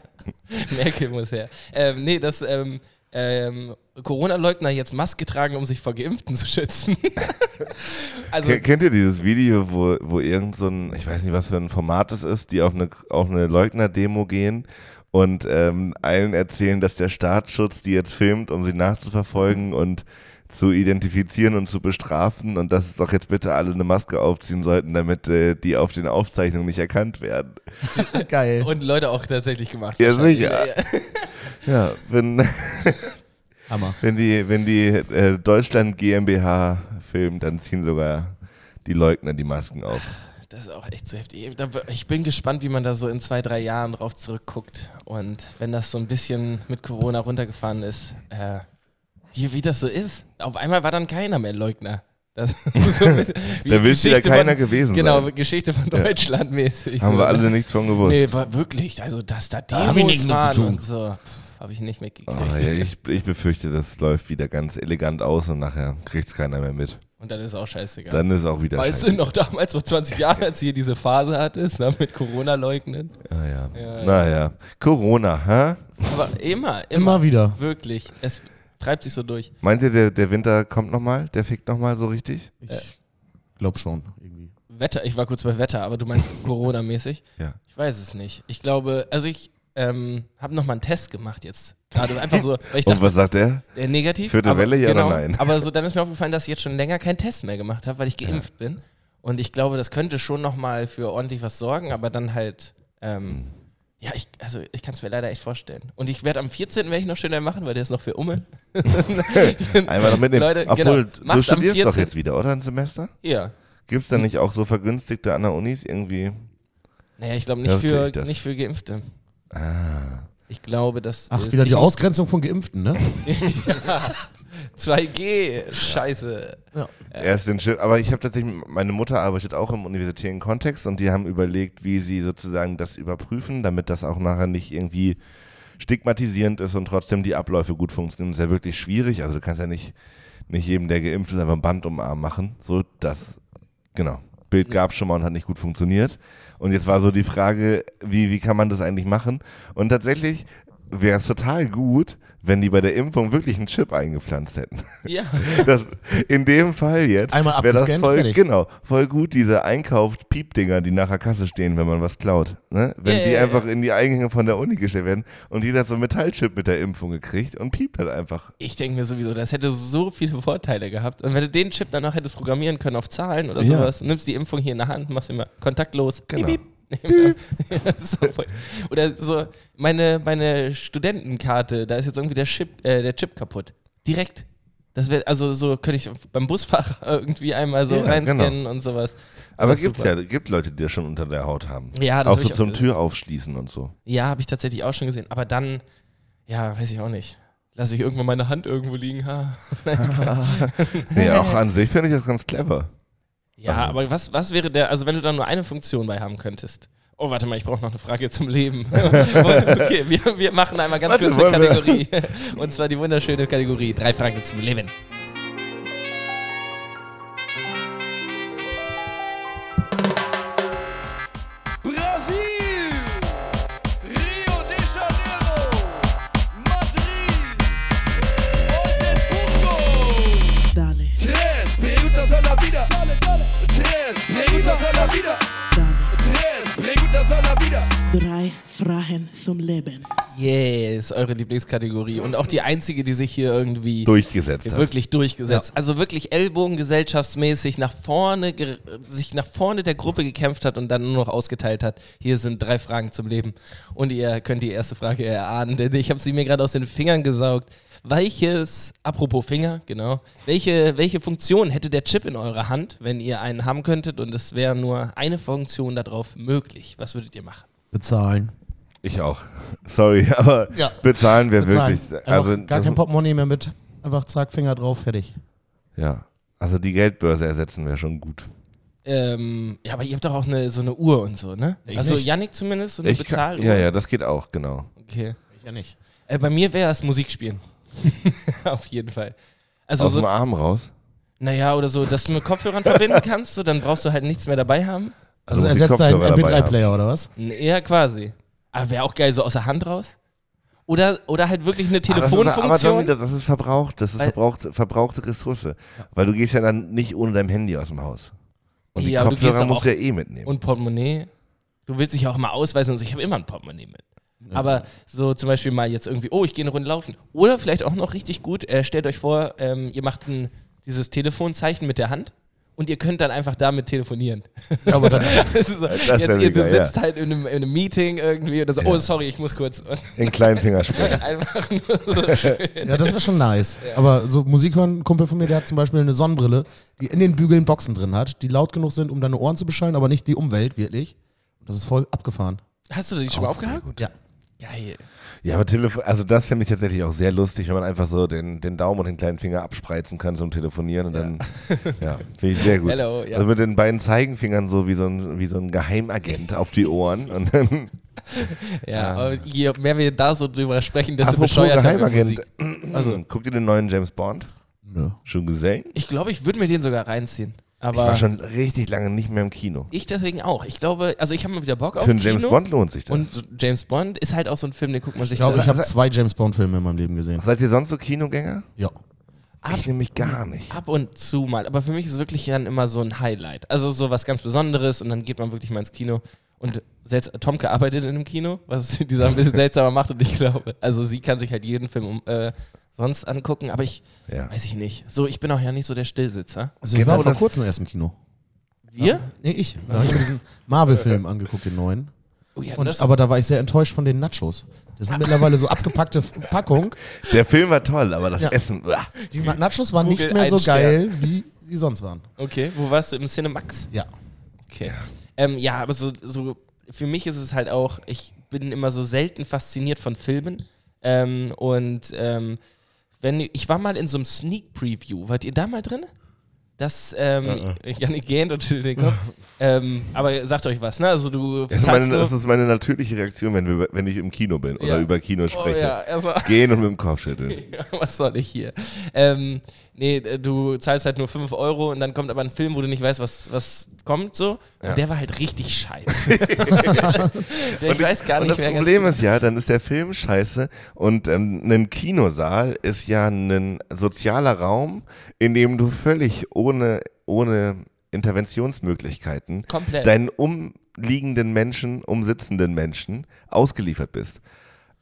[SPEAKER 4] Merkel muss her. Ähm, nee, dass ähm, ähm, Corona-Leugner jetzt Maske tragen, um sich vor Geimpften zu schützen. also,
[SPEAKER 1] Ke- Kennt ihr dieses Video, wo, wo irgend so ein, ich weiß nicht, was für ein Format es ist, die auf eine, auf eine Leugner-Demo gehen und ähm, allen erzählen, dass der Staatsschutz die jetzt filmt, um sie nachzuverfolgen und zu identifizieren und zu bestrafen und dass doch jetzt bitte alle eine Maske aufziehen sollten, damit äh, die auf den Aufzeichnungen nicht erkannt werden.
[SPEAKER 3] Geil.
[SPEAKER 4] und Leute auch tatsächlich gemacht.
[SPEAKER 1] Ja,
[SPEAKER 4] wahrscheinlich.
[SPEAKER 1] sicher. Ja, wenn,
[SPEAKER 3] Hammer.
[SPEAKER 1] wenn die, wenn die äh, Deutschland GmbH filmt, dann ziehen sogar die Leugner die Masken auf.
[SPEAKER 4] Das ist auch echt zu heftig. Da- Ich bin gespannt, wie man da so in zwei, drei Jahren drauf zurückguckt. Und wenn das so ein bisschen mit Corona runtergefahren ist, äh, wie, wie das so ist. Auf einmal war dann keiner mehr Leugner. Das ist so ein bisschen wie
[SPEAKER 1] Da will
[SPEAKER 4] Geschichte
[SPEAKER 1] wieder keiner
[SPEAKER 4] von,
[SPEAKER 1] gewesen
[SPEAKER 4] Genau,
[SPEAKER 1] sein.
[SPEAKER 4] Geschichte von Deutschland mäßig.
[SPEAKER 1] Haben
[SPEAKER 4] so,
[SPEAKER 1] wir alle
[SPEAKER 4] ne?
[SPEAKER 1] nichts von gewusst.
[SPEAKER 4] Nee, war wirklich. Also, dass da Demos
[SPEAKER 3] hab ich nichts mit zu
[SPEAKER 4] waren
[SPEAKER 3] tun. Oh,
[SPEAKER 4] und so, habe ich nicht mitgekriegt.
[SPEAKER 1] Ah, ja, ich, ich befürchte, das läuft wieder ganz elegant aus und nachher kriegt es keiner mehr mit.
[SPEAKER 4] Und dann ist auch scheißegal.
[SPEAKER 1] Dann ist auch wieder
[SPEAKER 4] weißt
[SPEAKER 1] scheiße.
[SPEAKER 4] du noch damals vor 20 Jahren, als hier diese Phase hattest, ne, mit Corona-Leugnen?
[SPEAKER 1] Ah, ja. Naja, Corona, hä?
[SPEAKER 4] Aber immer, immer,
[SPEAKER 3] Immer wieder.
[SPEAKER 4] Wirklich. Es treibt sich so durch.
[SPEAKER 1] Meint ihr, der, der Winter kommt nochmal? Der fickt nochmal so richtig?
[SPEAKER 3] Ich Äh, glaub schon, irgendwie.
[SPEAKER 4] Wetter, ich war kurz bei Wetter, aber du meinst Corona-mäßig?
[SPEAKER 1] Ja.
[SPEAKER 4] Ich weiß es nicht. Ich glaube, also ich ähm, habe nochmal einen Test gemacht jetzt. Gerade einfach so, weil ich
[SPEAKER 1] Und
[SPEAKER 4] dachte,
[SPEAKER 1] was sagt er?
[SPEAKER 4] äh, negativ.
[SPEAKER 1] Vierte
[SPEAKER 4] aber, genau.
[SPEAKER 1] Welle, ja oder nein?
[SPEAKER 4] Aber so, dann ist mir aufgefallen, dass ich jetzt schon länger keinen Test mehr gemacht habe, weil ich geimpft bin. Und ich glaube, das könnte schon nochmal für ordentlich was sorgen, aber dann halt, ähm, ja, ich, also ich kann es mir leider echt vorstellen. Und ich werde am 14. werde ich noch schöner machen, weil der ist noch für Umme.
[SPEAKER 1] Einmal noch mitnehmen.
[SPEAKER 4] Leute,
[SPEAKER 1] Obwohl,
[SPEAKER 4] genau.
[SPEAKER 1] du
[SPEAKER 4] Macht's am
[SPEAKER 1] studierst doch
[SPEAKER 4] 14.. Hm.
[SPEAKER 1] jetzt wieder, oder? Ein Semester?
[SPEAKER 4] Ja.
[SPEAKER 1] Gibt es da nicht auch so vergünstigte an der Unis irgendwie?
[SPEAKER 4] Naja, ich glaube nicht,
[SPEAKER 1] Hörte
[SPEAKER 4] für,
[SPEAKER 1] ich das. Ah.
[SPEAKER 4] nicht für Geimpfte. Ich glaube, das
[SPEAKER 3] Ach,
[SPEAKER 4] ist
[SPEAKER 3] wieder die
[SPEAKER 4] ich muss-
[SPEAKER 3] Ausgrenzung von Geimpften, ne?
[SPEAKER 4] 2G, scheiße.
[SPEAKER 1] Erst den Chip. Aber ich habe tatsächlich, meine Mutter arbeitet auch im universitären Kontext und die haben überlegt, wie sie sozusagen das überprüfen, damit das auch nachher nicht irgendwie stigmatisierend ist und trotzdem die Abläufe gut funktionieren. Das ist ja wirklich schwierig. Also du kannst ja nicht, nicht jedem, der geimpft ist, einfach ein Band um den Arm machen. So, das, genau. Bild gab schon mal und hat nicht gut funktioniert. Und jetzt war so die Frage, wie, wie kann man das eigentlich machen? Und tatsächlich wäre es total gut, wenn die bei der Impfung wirklich einen Chip eingepflanzt hätten.
[SPEAKER 4] Ja.
[SPEAKER 1] Das, in dem Fall jetzt.
[SPEAKER 3] Einmal
[SPEAKER 1] wär das
[SPEAKER 3] abgescannt,
[SPEAKER 1] voll,
[SPEAKER 3] fertig.
[SPEAKER 1] Genau, voll gut, diese Einkaufs-Piepdinger, die nachher Kasse stehen, wenn man was klaut. Ne? Wenn
[SPEAKER 4] Ja,
[SPEAKER 1] die
[SPEAKER 4] ja, ja.
[SPEAKER 1] einfach in die Eingänge von der Uni gestellt werden und jeder hat so einen Metallchip mit der Impfung gekriegt und piept halt einfach.
[SPEAKER 4] Ich denke mir sowieso, das hätte so viele Vorteile gehabt. Und wenn du den Chip danach hättest programmieren können auf Zahlen oder
[SPEAKER 1] Ja.
[SPEAKER 4] sowas, nimmst die Impfung hier in der Hand, machst immer kontaktlos.
[SPEAKER 1] Genau.
[SPEAKER 4] so voll. oder so, meine, meine Studentenkarte, da ist jetzt irgendwie der Chip, äh, der Chip kaputt. Direkt. Das wäre, also so könnte ich beim Busfahrer irgendwie einmal so
[SPEAKER 1] Ja, genau.
[SPEAKER 4] reinscannen und sowas.
[SPEAKER 1] Aber
[SPEAKER 4] Das ist
[SPEAKER 1] gibt's
[SPEAKER 4] super.
[SPEAKER 1] ja, gibt Leute, die das schon unter der Haut haben.
[SPEAKER 4] Ja, das
[SPEAKER 1] auch
[SPEAKER 4] hab
[SPEAKER 1] so
[SPEAKER 4] ich auch
[SPEAKER 1] zum
[SPEAKER 4] gesehen.
[SPEAKER 1] Tür aufschließen und so.
[SPEAKER 4] Ja, habe ich tatsächlich auch schon gesehen. Aber dann, ja, weiß ich auch nicht. Lasse ich irgendwann meine Hand irgendwo liegen. Ha.
[SPEAKER 1] Nee, auch an sich finde ich das ganz clever.
[SPEAKER 4] Ja,
[SPEAKER 1] Also-
[SPEAKER 4] aber was, was wäre der, also wenn du da nur eine Funktion bei haben könntest? Oh, warte mal, ich brauche noch eine Frage zum Leben. okay, wir, wir machen einmal ganz
[SPEAKER 1] Warte,
[SPEAKER 4] kurz eine
[SPEAKER 1] wollen wir-
[SPEAKER 4] Kategorie. Und zwar die wunderschöne Kategorie: Drei Fragen zum Leben.
[SPEAKER 5] Brasil! Rio de Janeiro! Madrid! Montevideo!
[SPEAKER 6] Dale,
[SPEAKER 5] Tres preguntas a la vida! Tres preguntas a la vida!
[SPEAKER 6] dale.
[SPEAKER 5] Tres preguntas a la vida!
[SPEAKER 6] Drei Fragen zum Leben.
[SPEAKER 4] Yes, eure Lieblingskategorie. Und auch die einzige, die sich hier irgendwie
[SPEAKER 1] Durchgesetzt hat.
[SPEAKER 4] wirklich durchgesetzt. Also wirklich ellbogengesellschaftsmäßig nach vorne, ge- sich nach vorne der Gruppe gekämpft hat und dann nur noch ausgeteilt hat. Hier sind drei Fragen zum Leben. Und ihr könnt die erste Frage erahnen, denn ich habe sie mir gerade aus den Fingern gesaugt. Welches, apropos Finger, genau, welche, welche Funktion hätte der Chip in eurer Hand, wenn ihr einen haben könntet und es wäre nur eine Funktion darauf möglich? Was würdet ihr machen?
[SPEAKER 3] Bezahlen.
[SPEAKER 1] Ich auch. Sorry, aber
[SPEAKER 3] Ja.
[SPEAKER 1] bezahlen wir
[SPEAKER 3] Bezahlen.
[SPEAKER 1] wirklich.
[SPEAKER 3] Also
[SPEAKER 1] Also,
[SPEAKER 3] gar
[SPEAKER 1] das-
[SPEAKER 3] kein Portemonnaie mehr mit. Einfach zack, Finger drauf, fertig.
[SPEAKER 1] ja. also die Geldbörse ersetzen wäre schon gut.
[SPEAKER 4] Ähm, ja, aber ihr habt doch auch eine, so eine Uhr und so, ne? also
[SPEAKER 3] nicht.
[SPEAKER 4] Yannick zumindest, so eine
[SPEAKER 1] Ich kann,
[SPEAKER 4] Bezahluhr.
[SPEAKER 1] ja, ja, das geht auch, genau.
[SPEAKER 4] Okay.
[SPEAKER 3] Ja nicht.
[SPEAKER 4] Äh, bei mir wäre es Musik spielen. Auf jeden Fall. Also
[SPEAKER 1] Aus dem
[SPEAKER 4] so,
[SPEAKER 1] Arm raus.
[SPEAKER 4] naja, oder so, dass du mit Kopfhörern verbinden kannst, so, dann brauchst du halt nichts mehr dabei haben.
[SPEAKER 1] Also
[SPEAKER 3] Also,
[SPEAKER 1] muss ich
[SPEAKER 3] ersetzt deinen
[SPEAKER 1] Kopfhörer dabei
[SPEAKER 3] MP3-Player oder was?
[SPEAKER 4] N- Ja, quasi. Aber wäre auch geil, so aus der Hand raus. Oder, oder halt wirklich eine
[SPEAKER 1] Ah, das ist, aber
[SPEAKER 4] Telefonfunktion.
[SPEAKER 1] Johnny, das das ist verbraucht, das ist
[SPEAKER 4] Weil-
[SPEAKER 1] verbraucht, verbrauchte Ressource. Weil du gehst ja dann nicht ohne dein Handy aus dem Haus. Und die
[SPEAKER 4] Ja, aber du gehst
[SPEAKER 1] Kopfhörer
[SPEAKER 4] ja
[SPEAKER 1] musst du
[SPEAKER 4] auch-
[SPEAKER 1] ja eh mitnehmen.
[SPEAKER 4] und Portemonnaie. Du willst dich ja auch mal ausweisen und so, ich habe immer ein Portemonnaie mit. Aber so zum Beispiel mal jetzt irgendwie, oh, ich gehe eine Runde laufen. Oder vielleicht auch noch richtig gut, äh, stellt euch vor, ähm, ihr macht ein, dieses Telefonzeichen mit der Hand und ihr könnt dann einfach damit telefonieren.
[SPEAKER 3] aber dann,
[SPEAKER 4] Das ist so,
[SPEAKER 1] wär
[SPEAKER 4] jetzt, ihr,
[SPEAKER 1] mega,
[SPEAKER 4] du
[SPEAKER 1] ja.
[SPEAKER 4] sitzt halt in einem, in einem Meeting irgendwie und so, oh sorry, ich muss kurz. Und
[SPEAKER 1] In kleinen Fingersprechen.
[SPEAKER 4] einfach nur so schön.
[SPEAKER 3] ja, das wäre schon nice. Aber so Musik hören, ein Kumpel von mir, der hat zum Beispiel eine Sonnenbrille, die in den Bügeln Boxen drin hat, die laut genug sind, um deine Ohren zu beschallen, aber nicht die Umwelt, wirklich. Das ist voll abgefahren.
[SPEAKER 4] Hast du die schon mal aufgehakt?
[SPEAKER 3] Ja.
[SPEAKER 4] Geil.
[SPEAKER 1] ja, aber Telefon, also das finde ich tatsächlich auch sehr lustig, wenn man einfach so den, den Daumen und den kleinen Finger abspreizen kann zum Telefonieren und dann, ja, finde ich sehr gut.
[SPEAKER 4] Hello, ja.
[SPEAKER 1] Also mit den beiden Zeigenfingern so wie so ein, wie so ein Geheimagent auf die Ohren und dann,
[SPEAKER 4] Ja, aber je mehr wir da so drüber sprechen, desto
[SPEAKER 1] apropos
[SPEAKER 4] bescheuerter wird
[SPEAKER 1] Geheimagent,
[SPEAKER 4] Musik.
[SPEAKER 1] also, guckt ihr den neuen James Bond?
[SPEAKER 3] Nö.
[SPEAKER 1] Schon gesehen?
[SPEAKER 4] Ich glaube, ich würde mir den sogar reinziehen.
[SPEAKER 1] Ich
[SPEAKER 4] Aber
[SPEAKER 1] war schon richtig lange nicht mehr im Kino.
[SPEAKER 4] Ich deswegen auch. Ich glaube, also ich habe mal wieder Bock auf
[SPEAKER 1] Für einen
[SPEAKER 4] Kino.
[SPEAKER 1] James Bond lohnt sich das.
[SPEAKER 4] Und James Bond ist halt auch so ein Film, den guckt man sich
[SPEAKER 3] Ich glaube,
[SPEAKER 4] das
[SPEAKER 3] ich habe
[SPEAKER 1] das-
[SPEAKER 3] zwei James Bond-Filme in meinem Leben gesehen.
[SPEAKER 1] Seid ihr sonst so Kinogänger?
[SPEAKER 3] Ja.
[SPEAKER 4] ab,
[SPEAKER 1] Ich nämlich gar nicht.
[SPEAKER 4] ab und zu mal. Aber für mich ist wirklich dann immer so ein Highlight. Also so was ganz Besonderes und dann geht man wirklich mal ins Kino. Und selbst Tomke arbeitet in einem Kino, was die Sache ein bisschen seltsamer macht. Und ich glaube, also sie kann sich halt jeden Film um, äh, sonst angucken. Aber ich
[SPEAKER 1] Ja.
[SPEAKER 4] weiß ich nicht. So, ich bin auch ja nicht so der Stillsitzer.
[SPEAKER 3] Also
[SPEAKER 1] Genau
[SPEAKER 3] ich war vor
[SPEAKER 1] das-
[SPEAKER 3] kurzem erst im Kino.
[SPEAKER 4] Wir?
[SPEAKER 3] Nee, ich. Da habe ich mir diesen Marvel-Film angeguckt, den neuen.
[SPEAKER 4] Oh ja,
[SPEAKER 3] Und, aber da war ich sehr enttäuscht von den Nachos. Das sind mittlerweile so abgepackte F- Packung.
[SPEAKER 1] Der Film war toll, aber das
[SPEAKER 3] Ja.
[SPEAKER 1] Essen. uah.
[SPEAKER 3] Die Ma- Nachos waren nicht
[SPEAKER 4] Google
[SPEAKER 3] mehr so
[SPEAKER 4] einen Stern.
[SPEAKER 3] geil, wie sie sonst waren.
[SPEAKER 4] okay, wo warst du? Im Cinemax?
[SPEAKER 3] Ja.
[SPEAKER 4] Okay. Ähm, ja, aber so, so, für mich ist es halt auch, ich bin immer so selten fasziniert von Filmen. Ähm, und ähm, wenn ich war mal in so einem Sneak Preview, wart ihr da mal drin? Das, ähm, Janik gähnt und schüttelt den Kopf. ähm, aber sagt euch was, ne? Also du
[SPEAKER 1] Das ist,
[SPEAKER 4] zahlst
[SPEAKER 1] meine,
[SPEAKER 4] nur-
[SPEAKER 1] das ist meine natürliche Reaktion, wenn, wir, wenn ich im Kino bin oder
[SPEAKER 4] Ja.
[SPEAKER 1] über Kino
[SPEAKER 4] oh,
[SPEAKER 1] spreche.
[SPEAKER 4] ja, erstmal.
[SPEAKER 1] Gehen und mit dem Kopf schütteln.
[SPEAKER 4] Ja, Was soll ich hier? Ähm, nee, du zahlst halt nur 5 Euro und dann kommt aber ein Film, wo du nicht weißt, was, was kommt so. Und der war halt richtig scheiße. der, ich weiß gar
[SPEAKER 1] und das
[SPEAKER 4] nicht, wer ganz genau.
[SPEAKER 1] Problem ist ja, dann ist der Film scheiße und ähm, ein Kinosaal ist ja ein sozialer Raum, in dem du völlig ohne, ohne Interventionsmöglichkeiten
[SPEAKER 4] Komplett.
[SPEAKER 1] deinen umliegenden Menschen, umsitzenden Menschen ausgeliefert bist.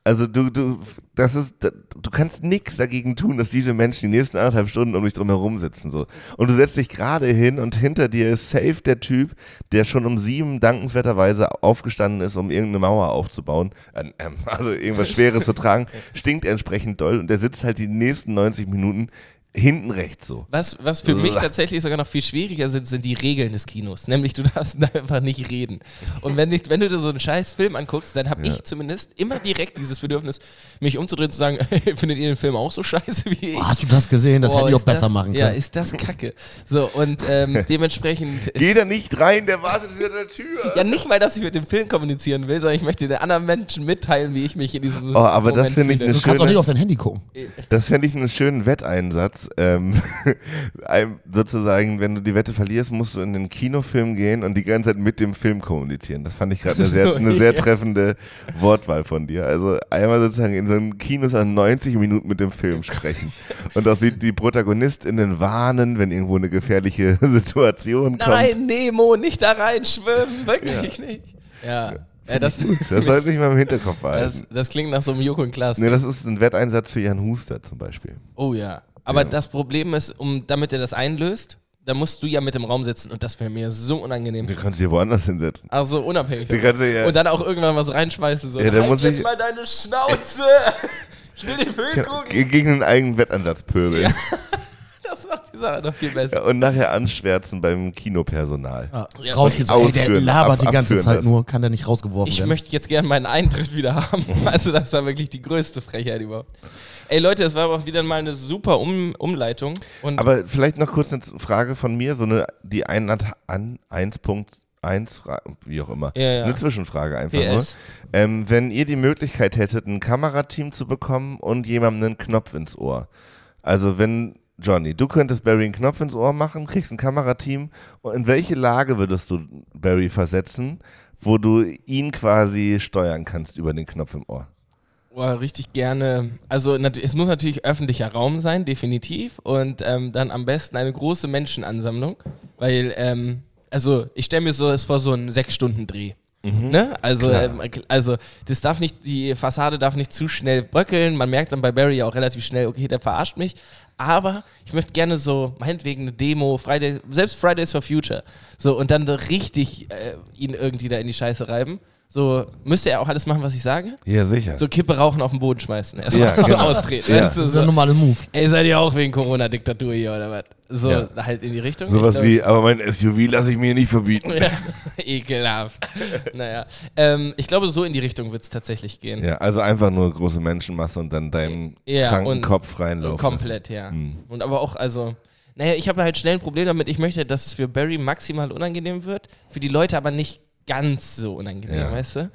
[SPEAKER 1] Also du, du, das ist, da- du kannst nichts dagegen tun, dass diese Menschen die nächsten anderthalb Stunden um dich drum herum sitzen so. Und du setzt dich gerade hin und hinter dir ist safe der Typ, der schon um sieben dankenswerterweise aufgestanden ist, um irgendeine Mauer aufzubauen, ähm, ähm, also irgendwas Schweres zu tragen, stinkt entsprechend doll und der sitzt halt die nächsten 90 Minuten hinten rechts so.
[SPEAKER 4] Was, was für mich
[SPEAKER 1] Uah.
[SPEAKER 4] tatsächlich sogar noch viel schwieriger sind, sind die Regeln des Kinos. Nämlich, du darfst da einfach nicht reden. Und wenn, nicht, wenn du dir so einen scheiß Film anguckst, dann habe ich zumindest immer direkt dieses Bedürfnis, mich umzudrehen und zu sagen, "Ey, findet ihr den Film auch so scheiße wie ich?
[SPEAKER 3] Oh, hast du das gesehen? Das
[SPEAKER 4] Boah,
[SPEAKER 3] hätte ich auch
[SPEAKER 4] ist
[SPEAKER 3] besser
[SPEAKER 4] das,
[SPEAKER 3] machen
[SPEAKER 4] Ja,
[SPEAKER 3] können.
[SPEAKER 4] ist das kacke. So, und ähm, dementsprechend...
[SPEAKER 1] Geh
[SPEAKER 4] ist-
[SPEAKER 1] da nicht rein, der wartet hinter der Tür.
[SPEAKER 4] Ja, nicht mal, dass ich mit dem Film kommunizieren will, sondern ich möchte den anderen Menschen mitteilen, wie ich mich in diesem.
[SPEAKER 1] Oh, aber das finde ich
[SPEAKER 4] fühle.
[SPEAKER 1] eine
[SPEAKER 3] du kannst auch
[SPEAKER 1] schöne-
[SPEAKER 3] nicht auf dein Handy gucken.
[SPEAKER 1] Das fände ich einen schönen Wetteinsatz. Ähm, einem sozusagen, wenn du die Wette verlierst, musst du in den Kinofilm gehen und die ganze Zeit mit dem Film kommunizieren. Das fand ich gerade eine sehr,
[SPEAKER 4] So,
[SPEAKER 1] eine sehr
[SPEAKER 4] ja.
[SPEAKER 1] treffende Wortwahl von dir. Also einmal sozusagen in so einem Kinos an 90 Minuten mit dem Film sprechen. Und auch sie, die ProtagonistInnen warnen, wenn irgendwo eine gefährliche Situation kommt.
[SPEAKER 4] Nein, Nemo, nicht da rein schwimmen, wirklich nicht. Ja, ja das,
[SPEAKER 1] Das sollte ich mal im Hinterkopf
[SPEAKER 4] das,
[SPEAKER 1] behalten.
[SPEAKER 4] das klingt nach so einem Joko und Klaas.
[SPEAKER 1] Nee, das ist ein Wetteinsatz für Jan Huster zum Beispiel.
[SPEAKER 4] Oh ja. Aber
[SPEAKER 1] Ja.
[SPEAKER 4] das Problem ist, um, damit er das einlöst, da musst du ja mit im Raum sitzen und das wäre mir so unangenehm.
[SPEAKER 1] Du kannst dich woanders hinsetzen.
[SPEAKER 4] Also unabhängig.
[SPEAKER 1] Du kannst dich, ja-
[SPEAKER 4] Und dann auch irgendwann was reinschmeißen. So.
[SPEAKER 1] Ja, da
[SPEAKER 4] halt
[SPEAKER 1] muss
[SPEAKER 4] jetzt
[SPEAKER 1] ich-
[SPEAKER 4] mal deine Schnauze! ich will den Film gucken!
[SPEAKER 1] Ge- Gegen den eigenen Wettansatz pöbeln.
[SPEAKER 4] Das macht die Sache noch viel besser.
[SPEAKER 1] Ja, und nachher anschwärzen beim Kinopersonal.
[SPEAKER 4] Ja,
[SPEAKER 3] Raus geht's.
[SPEAKER 1] aber
[SPEAKER 3] Ey, der
[SPEAKER 1] ausführen,
[SPEAKER 3] labert
[SPEAKER 1] ab-
[SPEAKER 3] die ganze
[SPEAKER 1] abführen
[SPEAKER 3] Zeit
[SPEAKER 1] das.
[SPEAKER 3] nur, kann der nicht
[SPEAKER 1] oh,
[SPEAKER 3] rausgeworfen
[SPEAKER 4] Ich
[SPEAKER 3] werden.
[SPEAKER 4] möchte jetzt gerne meinen Eintritt wieder haben. Also das war wirklich die größte Frechheit überhaupt. Ey Leute, das war aber auch wieder mal eine super um Umleitung. Und
[SPEAKER 1] Aber vielleicht noch kurz eine Frage von mir, so eine, die Einheit an 1.1, Fra- wie auch immer.
[SPEAKER 4] Ja, ja.
[SPEAKER 1] Eine Zwischenfrage einfach nur.
[SPEAKER 4] PS,
[SPEAKER 1] Ähm, wenn ihr die Möglichkeit hättet, ein Kamerateam zu bekommen und jemandem einen Knopf ins Ohr. Also wenn, Johnny, du könntest Barry einen Knopf ins Ohr machen, kriegst ein Kamerateam. Und in welche Lage würdest du Barry versetzen, wo du ihn quasi steuern kannst über den Knopf im Ohr?
[SPEAKER 4] boah, richtig gerne. Also nat- es muss natürlich öffentlicher Raum sein, definitiv. Und ähm, dann am besten eine große Menschenansammlung. Weil, ähm, also ich stelle mir so es vor so einen Sechs-Stunden-Dreh. Ne? Also, ähm, also das darf nicht, die Fassade darf nicht zu schnell bröckeln. Man merkt dann bei Barry ja auch relativ schnell, okay, der verarscht mich. Aber ich möchte gerne so, meinetwegen eine Demo, Friday, selbst Fridays for Future. So, und dann so richtig äh, ihn irgendwie da in die Scheiße reiben. So, müsste er auch alles machen, was ich sage?
[SPEAKER 1] Ja, sicher.
[SPEAKER 4] So Kippe rauchen auf den Boden schmeißen. Erstmal
[SPEAKER 1] Ja,
[SPEAKER 4] so
[SPEAKER 1] genau.
[SPEAKER 4] austreten.
[SPEAKER 1] Ja.
[SPEAKER 4] Weißt du,
[SPEAKER 3] das ist ein
[SPEAKER 4] so,
[SPEAKER 3] normaler Move.
[SPEAKER 4] ey, seid ihr auch wegen Corona-Diktatur hier oder was? So,
[SPEAKER 1] Ja.
[SPEAKER 4] halt in die Richtung.
[SPEAKER 1] Sowas
[SPEAKER 4] Ich glaub,
[SPEAKER 1] wie, aber mein SUV lasse ich mir nicht verbieten.
[SPEAKER 4] ja, ekelhaft. naja. Ähm, ich glaube, so in die Richtung wird es tatsächlich gehen.
[SPEAKER 1] Ja, also einfach nur große Menschenmasse und dann deinem
[SPEAKER 4] Ja,
[SPEAKER 1] kranken
[SPEAKER 4] und-
[SPEAKER 1] Kopf reinlaufen.
[SPEAKER 4] Komplett, ja.
[SPEAKER 1] Hm.
[SPEAKER 4] Und aber auch, also, naja, ich habe halt schnell ein Problem damit. Ich möchte, dass es für Barry maximal unangenehm wird, für die Leute aber nicht ganz so unangenehm,
[SPEAKER 1] Ja.
[SPEAKER 4] weißt du?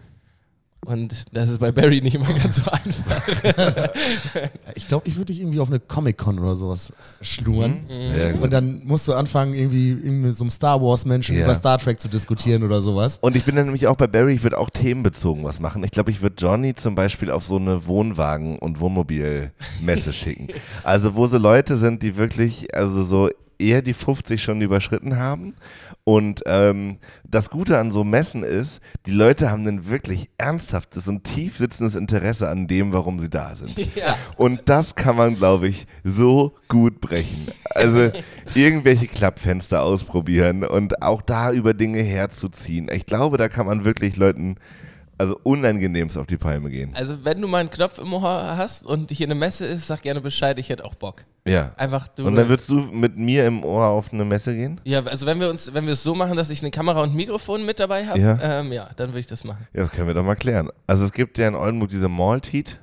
[SPEAKER 4] Und das ist bei Barry nicht immer ganz so einfach.
[SPEAKER 3] Ich glaube, ich würde dich irgendwie auf eine Comic-Con oder sowas
[SPEAKER 4] Mhm.
[SPEAKER 3] schluren.
[SPEAKER 1] lassen. Sehr gut.
[SPEAKER 3] Und dann musst du anfangen, irgendwie, irgendwie mit so einem Star Wars-Menschen
[SPEAKER 1] Ja.
[SPEAKER 3] über Star Trek zu diskutieren oder sowas.
[SPEAKER 1] Und ich bin dann nämlich auch bei Barry, ich würde auch themenbezogen was machen. Ich glaube, ich würde Johnny zum Beispiel auf so eine Wohnwagen- und Wohnmobilmesse schicken. Also wo so Leute sind, die wirklich, also so eher die 50 schon überschritten haben. Und ähm, das Gute an so Messen ist, die Leute haben dann wirklich ernsthaftes und tief sitzendes Interesse an dem, warum sie da sind.
[SPEAKER 4] ja.
[SPEAKER 1] Und das kann man, glaube ich, so gut brechen. Also irgendwelche Klappfenster ausprobieren und auch da über Dinge herzuziehen. Ich glaube, da kann man wirklich Leuten, also unangenehmst auf die Palme gehen.
[SPEAKER 4] Also, wenn du mal einen Knopf im Ohr hast und hier eine Messe ist, sag gerne Bescheid, ich hätte auch Bock.
[SPEAKER 1] Ja.
[SPEAKER 4] Einfach Also du.
[SPEAKER 1] Und dann würdest du mit mir im Ohr auf eine Messe gehen?
[SPEAKER 4] ja, also wenn wir uns, wenn wir es so machen, dass ich eine Kamera und ein Mikrofon mit dabei habe,
[SPEAKER 1] Ja.
[SPEAKER 4] ja. Ähm, ja, dann würde ich das machen.
[SPEAKER 1] Ja, das können wir doch mal klären. Also es gibt ja in Oldenburg diese Maltit,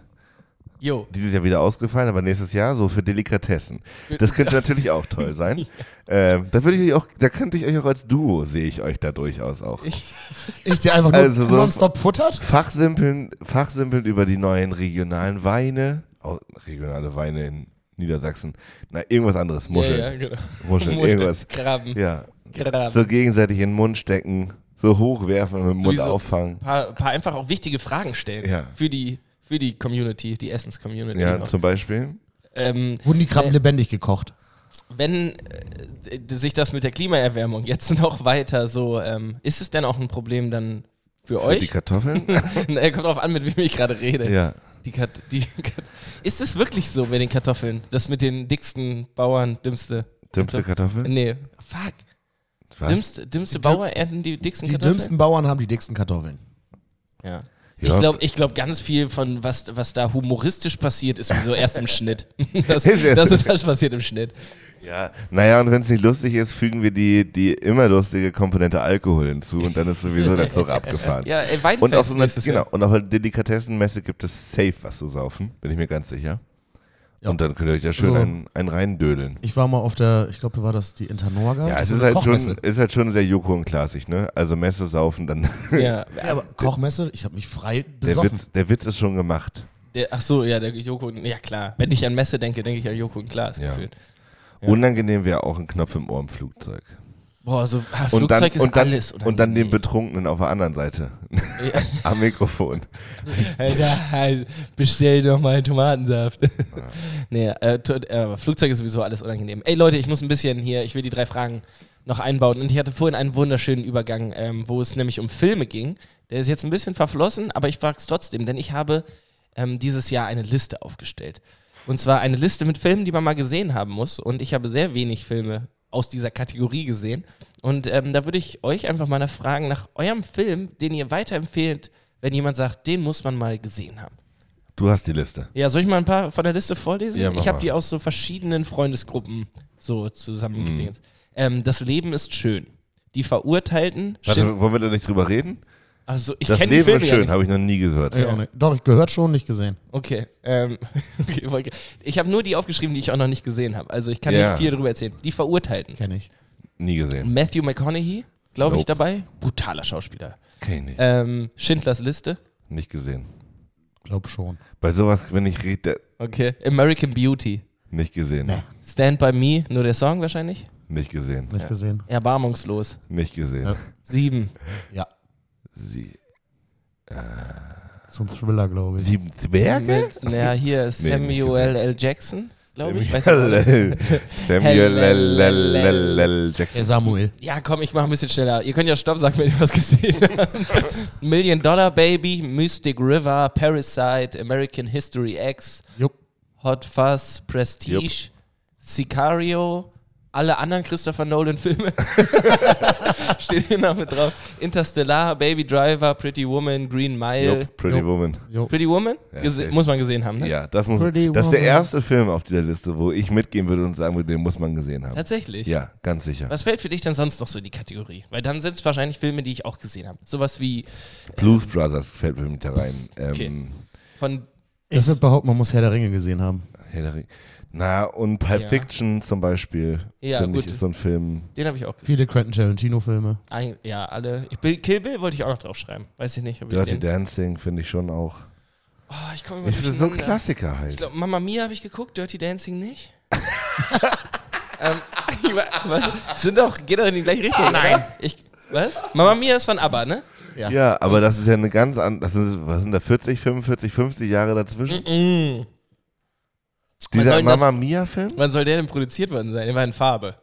[SPEAKER 4] Jo.
[SPEAKER 1] dieses Jahr wieder ausgefallen, aber nächstes Jahr so für Delikatessen. Das könnte natürlich auch toll sein. Ähm, da würde ich euch auch, da könnte ich euch auch als Duo sehe ich euch da durchaus auch.
[SPEAKER 3] Ich dir einfach nur
[SPEAKER 1] Also so-
[SPEAKER 3] nonstop futtert.
[SPEAKER 1] Fachsimpeln, Fachsimpeln über die neuen regionalen Weine. Au- regionale Weine in Niedersachsen. Na, irgendwas anderes. Muscheln.
[SPEAKER 4] Ja, ja, genau.
[SPEAKER 1] Muscheln, irgendwas.
[SPEAKER 4] Krabben.
[SPEAKER 1] Ja.
[SPEAKER 4] Krabben.
[SPEAKER 1] So gegenseitig in den Mund stecken, so hochwerfen und mit dem Mund
[SPEAKER 4] Sowieso.
[SPEAKER 1] auffangen.
[SPEAKER 4] paar, paar einfach auch wichtige Fragen stellen
[SPEAKER 1] Ja.
[SPEAKER 4] für die für die Community, die Essens-Community.
[SPEAKER 1] Ja,
[SPEAKER 4] auch.
[SPEAKER 1] zum Beispiel.
[SPEAKER 4] ähm,
[SPEAKER 3] Wurden die Krabben lebendig gekocht.
[SPEAKER 4] wenn äh, d- sich das mit der Klimaerwärmung jetzt noch weiter so, ähm, ist es denn auch ein Problem dann für,
[SPEAKER 1] Für die
[SPEAKER 4] euch?
[SPEAKER 1] Kartoffeln.
[SPEAKER 4] Na, kommt drauf an, mit wem ich gerade rede.
[SPEAKER 1] ja.
[SPEAKER 4] Die Kat die Kat ist es wirklich so bei den Kartoffeln? Das mit den dicksten Bauern, dümmste.
[SPEAKER 1] Dümmste Kartoffeln?
[SPEAKER 4] Nee, fuck.
[SPEAKER 1] Was?
[SPEAKER 4] Dümmste, dümmste Bauer ernten die dicksten
[SPEAKER 3] Die
[SPEAKER 4] Kartoffeln?
[SPEAKER 3] dümmsten Bauern haben die dicksten Kartoffeln.
[SPEAKER 4] Ja.
[SPEAKER 1] Ja.
[SPEAKER 4] Ich glaube, ich glaub, ganz viel von was, was da humoristisch passiert, ist so erst im Schnitt. Das,
[SPEAKER 1] Ist erst
[SPEAKER 4] das,
[SPEAKER 1] im
[SPEAKER 4] ist- das passiert im Schnitt.
[SPEAKER 1] Ja, naja, und wenn es nicht lustig ist, fügen wir die, die immer lustige Komponente Alkohol hinzu und dann ist sowieso der Zug abgefahren.
[SPEAKER 4] Ja, äh, Weinfest
[SPEAKER 1] und auf so einer,
[SPEAKER 4] nächstes Jahr.
[SPEAKER 1] genau, und auf einer Delikatessenmesse gibt es safe was zu saufen, bin ich mir ganz sicher.
[SPEAKER 3] Ja.
[SPEAKER 1] Und dann könnt ihr euch da schön
[SPEAKER 3] So.
[SPEAKER 1] einen, einen reindödeln.
[SPEAKER 3] Ich war mal auf der, ich glaube, war das die Internorga?
[SPEAKER 1] Ja, es
[SPEAKER 3] Also
[SPEAKER 1] ist
[SPEAKER 3] eine
[SPEAKER 1] halt, schon,
[SPEAKER 3] Kochmesse.
[SPEAKER 1] ist halt schon sehr Joko und klassisch, ne? Also Messe saufen, dann.
[SPEAKER 4] Ja.
[SPEAKER 3] Ja, aber Kochmesse, ich habe mich frei
[SPEAKER 1] der,
[SPEAKER 3] besoffen.
[SPEAKER 1] Witz, der Witz ist schon gemacht.
[SPEAKER 4] Der, ach so, ja, der Joko und, Ja, klar. Wenn ich an Messe denke, denke ich an Joko und Klaas.
[SPEAKER 1] Ja.
[SPEAKER 4] Gefühlt.
[SPEAKER 1] Unangenehm wäre auch ein Knopf im Ohr im Flugzeug.
[SPEAKER 4] Boah, so ah,
[SPEAKER 1] Und
[SPEAKER 4] Flugzeug
[SPEAKER 1] dann,
[SPEAKER 4] ist
[SPEAKER 1] und dann,
[SPEAKER 4] alles.
[SPEAKER 1] und dann den
[SPEAKER 4] unangenehm.
[SPEAKER 1] Betrunkenen auf der anderen Seite. Am Mikrofon.
[SPEAKER 4] Alter, halt, bestell doch mal Tomatensaft. nee, äh, tu- äh, Flugzeug ist sowieso alles unangenehm. Ey Leute, ich muss ein bisschen hier, ich will die drei Fragen noch einbauen. Und ich hatte vorhin einen wunderschönen Übergang, ähm, wo es nämlich um Filme ging. Der ist jetzt ein bisschen verflossen, aber ich frage es trotzdem, denn ich habe ähm, dieses Jahr eine Liste aufgestellt. Und zwar eine Liste mit Filmen, die man mal gesehen haben muss. Und ich habe sehr wenig Filme aus dieser Kategorie gesehen. Und ähm, da würde ich euch einfach mal fragen nach eurem Film, den ihr weiterempfehlt, wenn jemand sagt, den muss man mal gesehen haben.
[SPEAKER 1] Du hast die Liste.
[SPEAKER 4] Ja, soll ich mal ein paar von der Liste vorlesen?
[SPEAKER 1] Ja, mach
[SPEAKER 4] ich habe
[SPEAKER 1] mal.
[SPEAKER 4] die aus so verschiedenen Freundesgruppen so
[SPEAKER 1] Mhm.
[SPEAKER 4] zusammengedingt. Ähm, das Leben ist schön. Die Verurteilten. Schind-
[SPEAKER 1] Warte, wollen wir da nicht drüber reden?
[SPEAKER 4] also ich
[SPEAKER 1] Das
[SPEAKER 4] kenne die
[SPEAKER 1] Leben
[SPEAKER 4] Filme
[SPEAKER 1] ist
[SPEAKER 4] ja
[SPEAKER 1] schön,
[SPEAKER 4] nicht.
[SPEAKER 1] habe ich noch nie gehört.
[SPEAKER 3] Ja, auch nicht. Doch, ich gehört schon, nicht gesehen.
[SPEAKER 4] Okay. Ähm, okay, okay. Ich habe nur die aufgeschrieben, die ich auch noch nicht gesehen habe. Also ich kann
[SPEAKER 1] Ja.
[SPEAKER 4] nicht viel darüber erzählen. Die Verurteilten.
[SPEAKER 3] Kenne ich.
[SPEAKER 1] Nie gesehen.
[SPEAKER 4] Matthew McConaughey, glaube ich,
[SPEAKER 1] Nope.
[SPEAKER 4] dabei. Brutaler Schauspieler.
[SPEAKER 1] Kenn ich nicht.
[SPEAKER 4] Ähm, Schindlers Liste.
[SPEAKER 1] Nicht gesehen.
[SPEAKER 3] Glaub schon.
[SPEAKER 1] Bei sowas, wenn ich rede,
[SPEAKER 4] Okay. American Beauty.
[SPEAKER 1] nicht gesehen.
[SPEAKER 4] Stand by Me, nur der Song wahrscheinlich.
[SPEAKER 1] Nicht gesehen.
[SPEAKER 3] Nicht gesehen.
[SPEAKER 4] Erbarmungslos.
[SPEAKER 1] Nicht gesehen.
[SPEAKER 3] Ja.
[SPEAKER 4] Sieben.
[SPEAKER 3] Ja.
[SPEAKER 1] Sie,
[SPEAKER 3] So ein Thriller, glaube ich.
[SPEAKER 1] die Zwerge?
[SPEAKER 4] Mit, naja, hier ist
[SPEAKER 1] Nee, nicht
[SPEAKER 4] Samuel L. Jackson, glaube ich. Weiß ich
[SPEAKER 1] Samuel
[SPEAKER 4] auch nicht.
[SPEAKER 1] L. Samuel L. L. L. L. Jackson.
[SPEAKER 3] Samuel.
[SPEAKER 4] ja, komm, ich mache ein bisschen schneller. Ihr könnt ja Stopp sagen, wenn ihr was gesehen habt. Million Dollar Baby, Mystic River, Parasite, American History X,
[SPEAKER 3] Jupp.
[SPEAKER 4] Hot Fuzz, Prestige, Sicario, alle anderen Christopher Nolan-Filme. Steht hier noch mit drauf. Interstellar, Baby Driver, Pretty Woman, Green Mile.
[SPEAKER 1] Jupp, Pretty
[SPEAKER 3] Jo.
[SPEAKER 1] Woman.
[SPEAKER 3] Jupp.
[SPEAKER 4] Pretty Woman?
[SPEAKER 1] Ja,
[SPEAKER 4] Gese-
[SPEAKER 1] safe.
[SPEAKER 4] muss man gesehen haben, ne?
[SPEAKER 1] Ja, das muss.
[SPEAKER 3] Pretty
[SPEAKER 1] Das ist der
[SPEAKER 3] Woman.
[SPEAKER 1] erste Film auf dieser Liste, wo ich mitgehen würde und sagen würde, den muss man gesehen haben.
[SPEAKER 4] Tatsächlich.
[SPEAKER 1] Ja, ganz sicher.
[SPEAKER 4] Was fällt für dich denn sonst noch so in die Kategorie? Weil dann sind es wahrscheinlich Filme, die ich auch gesehen habe. Sowas wie
[SPEAKER 1] Blues Brothers fällt mir mit da rein. Ähm,
[SPEAKER 4] von.
[SPEAKER 3] Ich würde behaupten, man muss Herr der Ringe gesehen haben.
[SPEAKER 1] Herr der Ring- Na, und Pulp
[SPEAKER 4] Ja.
[SPEAKER 1] Fiction zum Beispiel.
[SPEAKER 4] Ja,
[SPEAKER 1] finde ich,
[SPEAKER 4] gut.
[SPEAKER 1] ist so ein Film.
[SPEAKER 4] Den habe ich auch gesehen.
[SPEAKER 3] Viele Quentin Tarantino-Filme.
[SPEAKER 4] Ein, ja, alle. Ich, Bill, Kill Bill wollte ich auch noch draufschreiben. Weiß ich nicht. Ob ich
[SPEAKER 1] Dirty
[SPEAKER 4] den,
[SPEAKER 1] Dancing finde ich schon auch.
[SPEAKER 4] oh, ich komme immer
[SPEAKER 1] Ich finde so ein
[SPEAKER 4] durcheinander.
[SPEAKER 1] Klassiker halt.
[SPEAKER 4] Ich glaube, Mama Mia habe ich geguckt, Dirty Dancing nicht. ähm, ich wa- was? Sind doch, geht doch in die gleiche Richtung. Nein. Ich, was? Mama Mia ist von ABBA, ne?
[SPEAKER 1] ja. aber das ist ja eine ganz andere. Was sind da 40, 45, 50 Jahre dazwischen?
[SPEAKER 4] Mm.
[SPEAKER 1] Dieser
[SPEAKER 4] soll das-
[SPEAKER 1] Mama Mia-Film?
[SPEAKER 4] Wann soll der denn produziert worden sein? Der war in Farbe.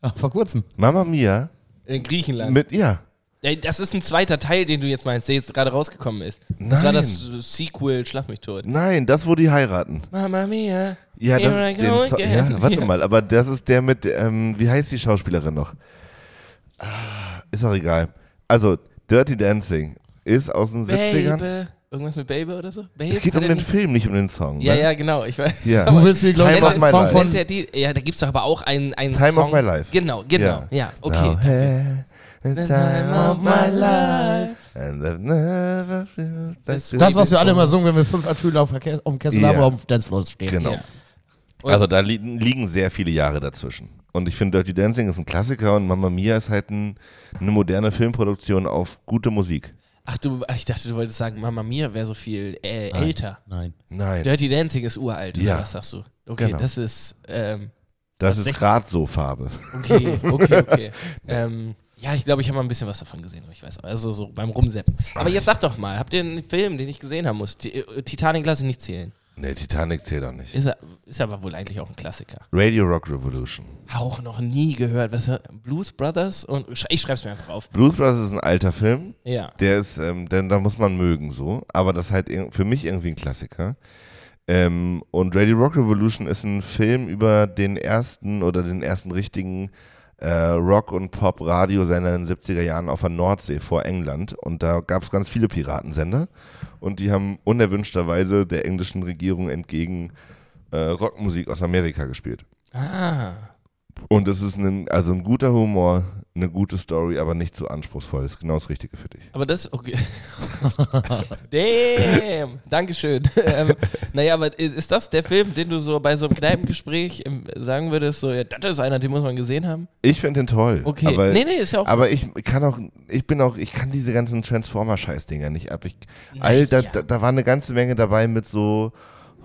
[SPEAKER 3] Ah, vor kurzem.
[SPEAKER 1] Mama Mia
[SPEAKER 4] In Griechenland.
[SPEAKER 1] mit ja.
[SPEAKER 4] Ey, Das ist ein zweiter Teil, den du jetzt meinst, der jetzt gerade rausgekommen ist. Das war
[SPEAKER 1] Nein.
[SPEAKER 4] das Sequel Schlag mich tot.
[SPEAKER 1] Nein, das, wo die heiraten.
[SPEAKER 4] Mama Mia.
[SPEAKER 1] Ja,
[SPEAKER 4] Here I
[SPEAKER 1] das,
[SPEAKER 4] go
[SPEAKER 1] den so
[SPEAKER 4] again.
[SPEAKER 1] ja warte
[SPEAKER 4] Ja.
[SPEAKER 1] mal, aber das ist der mit, ähm, wie heißt die Schauspielerin noch? Ah, Ist auch egal. Also, Dirty Dancing ist aus den 70ern.
[SPEAKER 4] Baby. Irgendwas mit Baby oder so? Baby?
[SPEAKER 1] Es geht um
[SPEAKER 4] Hat er
[SPEAKER 1] den
[SPEAKER 4] nicht-
[SPEAKER 1] Film, nicht um den Song.
[SPEAKER 4] Ja,
[SPEAKER 1] ne?
[SPEAKER 4] ja, genau. Ich weiß.
[SPEAKER 1] Ja.
[SPEAKER 3] Du willst mir, glaube ich,
[SPEAKER 1] Time of
[SPEAKER 3] einen
[SPEAKER 1] my
[SPEAKER 3] Song
[SPEAKER 1] life.
[SPEAKER 3] von
[SPEAKER 4] Nennt er die, ja, da gibt's doch aber auch einen, einen
[SPEAKER 1] Time
[SPEAKER 4] Song.
[SPEAKER 1] of my life.
[SPEAKER 4] Genau, genau.
[SPEAKER 1] Ja.
[SPEAKER 4] Ja, okay.
[SPEAKER 1] Now, hey, the time of my life. And I've never felt like
[SPEAKER 4] Das-
[SPEAKER 1] this
[SPEAKER 3] Das, was wir alle immer singen, wenn wir fünf Atüle auf, der Ke- auf dem Kessel
[SPEAKER 1] Ja.
[SPEAKER 3] haben oder auf dem Dancefloor stehen.
[SPEAKER 1] Genau.
[SPEAKER 4] Ja. Und-
[SPEAKER 1] Also da li liegen sehr viele Jahre dazwischen. Und ich finde, Dirty Dancing ist ein Klassiker und Mamma Mia ist halt ein, eine moderne Filmproduktion auf gute Musik.
[SPEAKER 4] Ach du, ich dachte, du wolltest sagen, Mama Mia wäre so viel äh,
[SPEAKER 3] Nein.
[SPEAKER 4] älter.
[SPEAKER 3] Nein.
[SPEAKER 1] Nein,
[SPEAKER 4] Dirty Dancing ist uralt,
[SPEAKER 1] Ja.
[SPEAKER 4] oder was sagst du? Okay,
[SPEAKER 1] Genau.
[SPEAKER 4] das ist, ähm,
[SPEAKER 1] das ist
[SPEAKER 4] tatsächlich-
[SPEAKER 1] gerade so Farbe.
[SPEAKER 4] Okay, okay, okay. ähm, ja, ich glaube, ich habe mal ein bisschen was davon gesehen, aber ich weiß auch. Also so beim Rumseppen. Aber jetzt sag doch mal, habt ihr einen Film, den ich gesehen haben muss? Ti- äh, Titanic lasse ich nicht zählen.
[SPEAKER 1] Nee, Titanic zählt auch nicht.
[SPEAKER 4] Ist, er- ist aber wohl eigentlich auch ein Klassiker.
[SPEAKER 1] Radio Rock Revolution.
[SPEAKER 4] Auch noch nie gehört. Was, Blues Brothers und. sch- Ich schreib's mir einfach auf.
[SPEAKER 1] Blues Brothers ist ein alter Film.
[SPEAKER 4] Ja.
[SPEAKER 1] Der ist, ähm, denn da muss man mögen so, aber das ist halt irg- für mich irgendwie ein Klassiker. Ähm, und Ready Rock Revolution ist ein Film über den ersten oder den ersten richtigen äh, Rock- und Pop-Radiosender in den 70er Jahren auf der Nordsee vor England. Und da gab es ganz viele Piratensender. Und die haben unerwünschterweise der englischen Regierung entgegen äh, Rockmusik aus Amerika gespielt.
[SPEAKER 4] Ah.
[SPEAKER 1] Und es ist ein, also ein guter Humor, eine gute Story, aber nicht zu anspruchsvoll. Das ist genau das Richtige für dich.
[SPEAKER 4] Aber das, okay. Damn, Dankeschön. ähm, naja, aber i- ist das der Film, den du so bei so einem Kneipengespräch ähm, sagen würdest, so, ja, das ist einer, den muss man gesehen haben?
[SPEAKER 1] Ich finde den toll.
[SPEAKER 4] Okay,
[SPEAKER 1] Aber,
[SPEAKER 4] nee, nee, ist ja auch.
[SPEAKER 1] aber ich kann auch, ich bin auch, ich kann diese ganzen Transformer-Scheiß-Dinger nicht ab. Ich, all, da,
[SPEAKER 4] Naja.
[SPEAKER 1] da, da war eine ganze Menge dabei mit so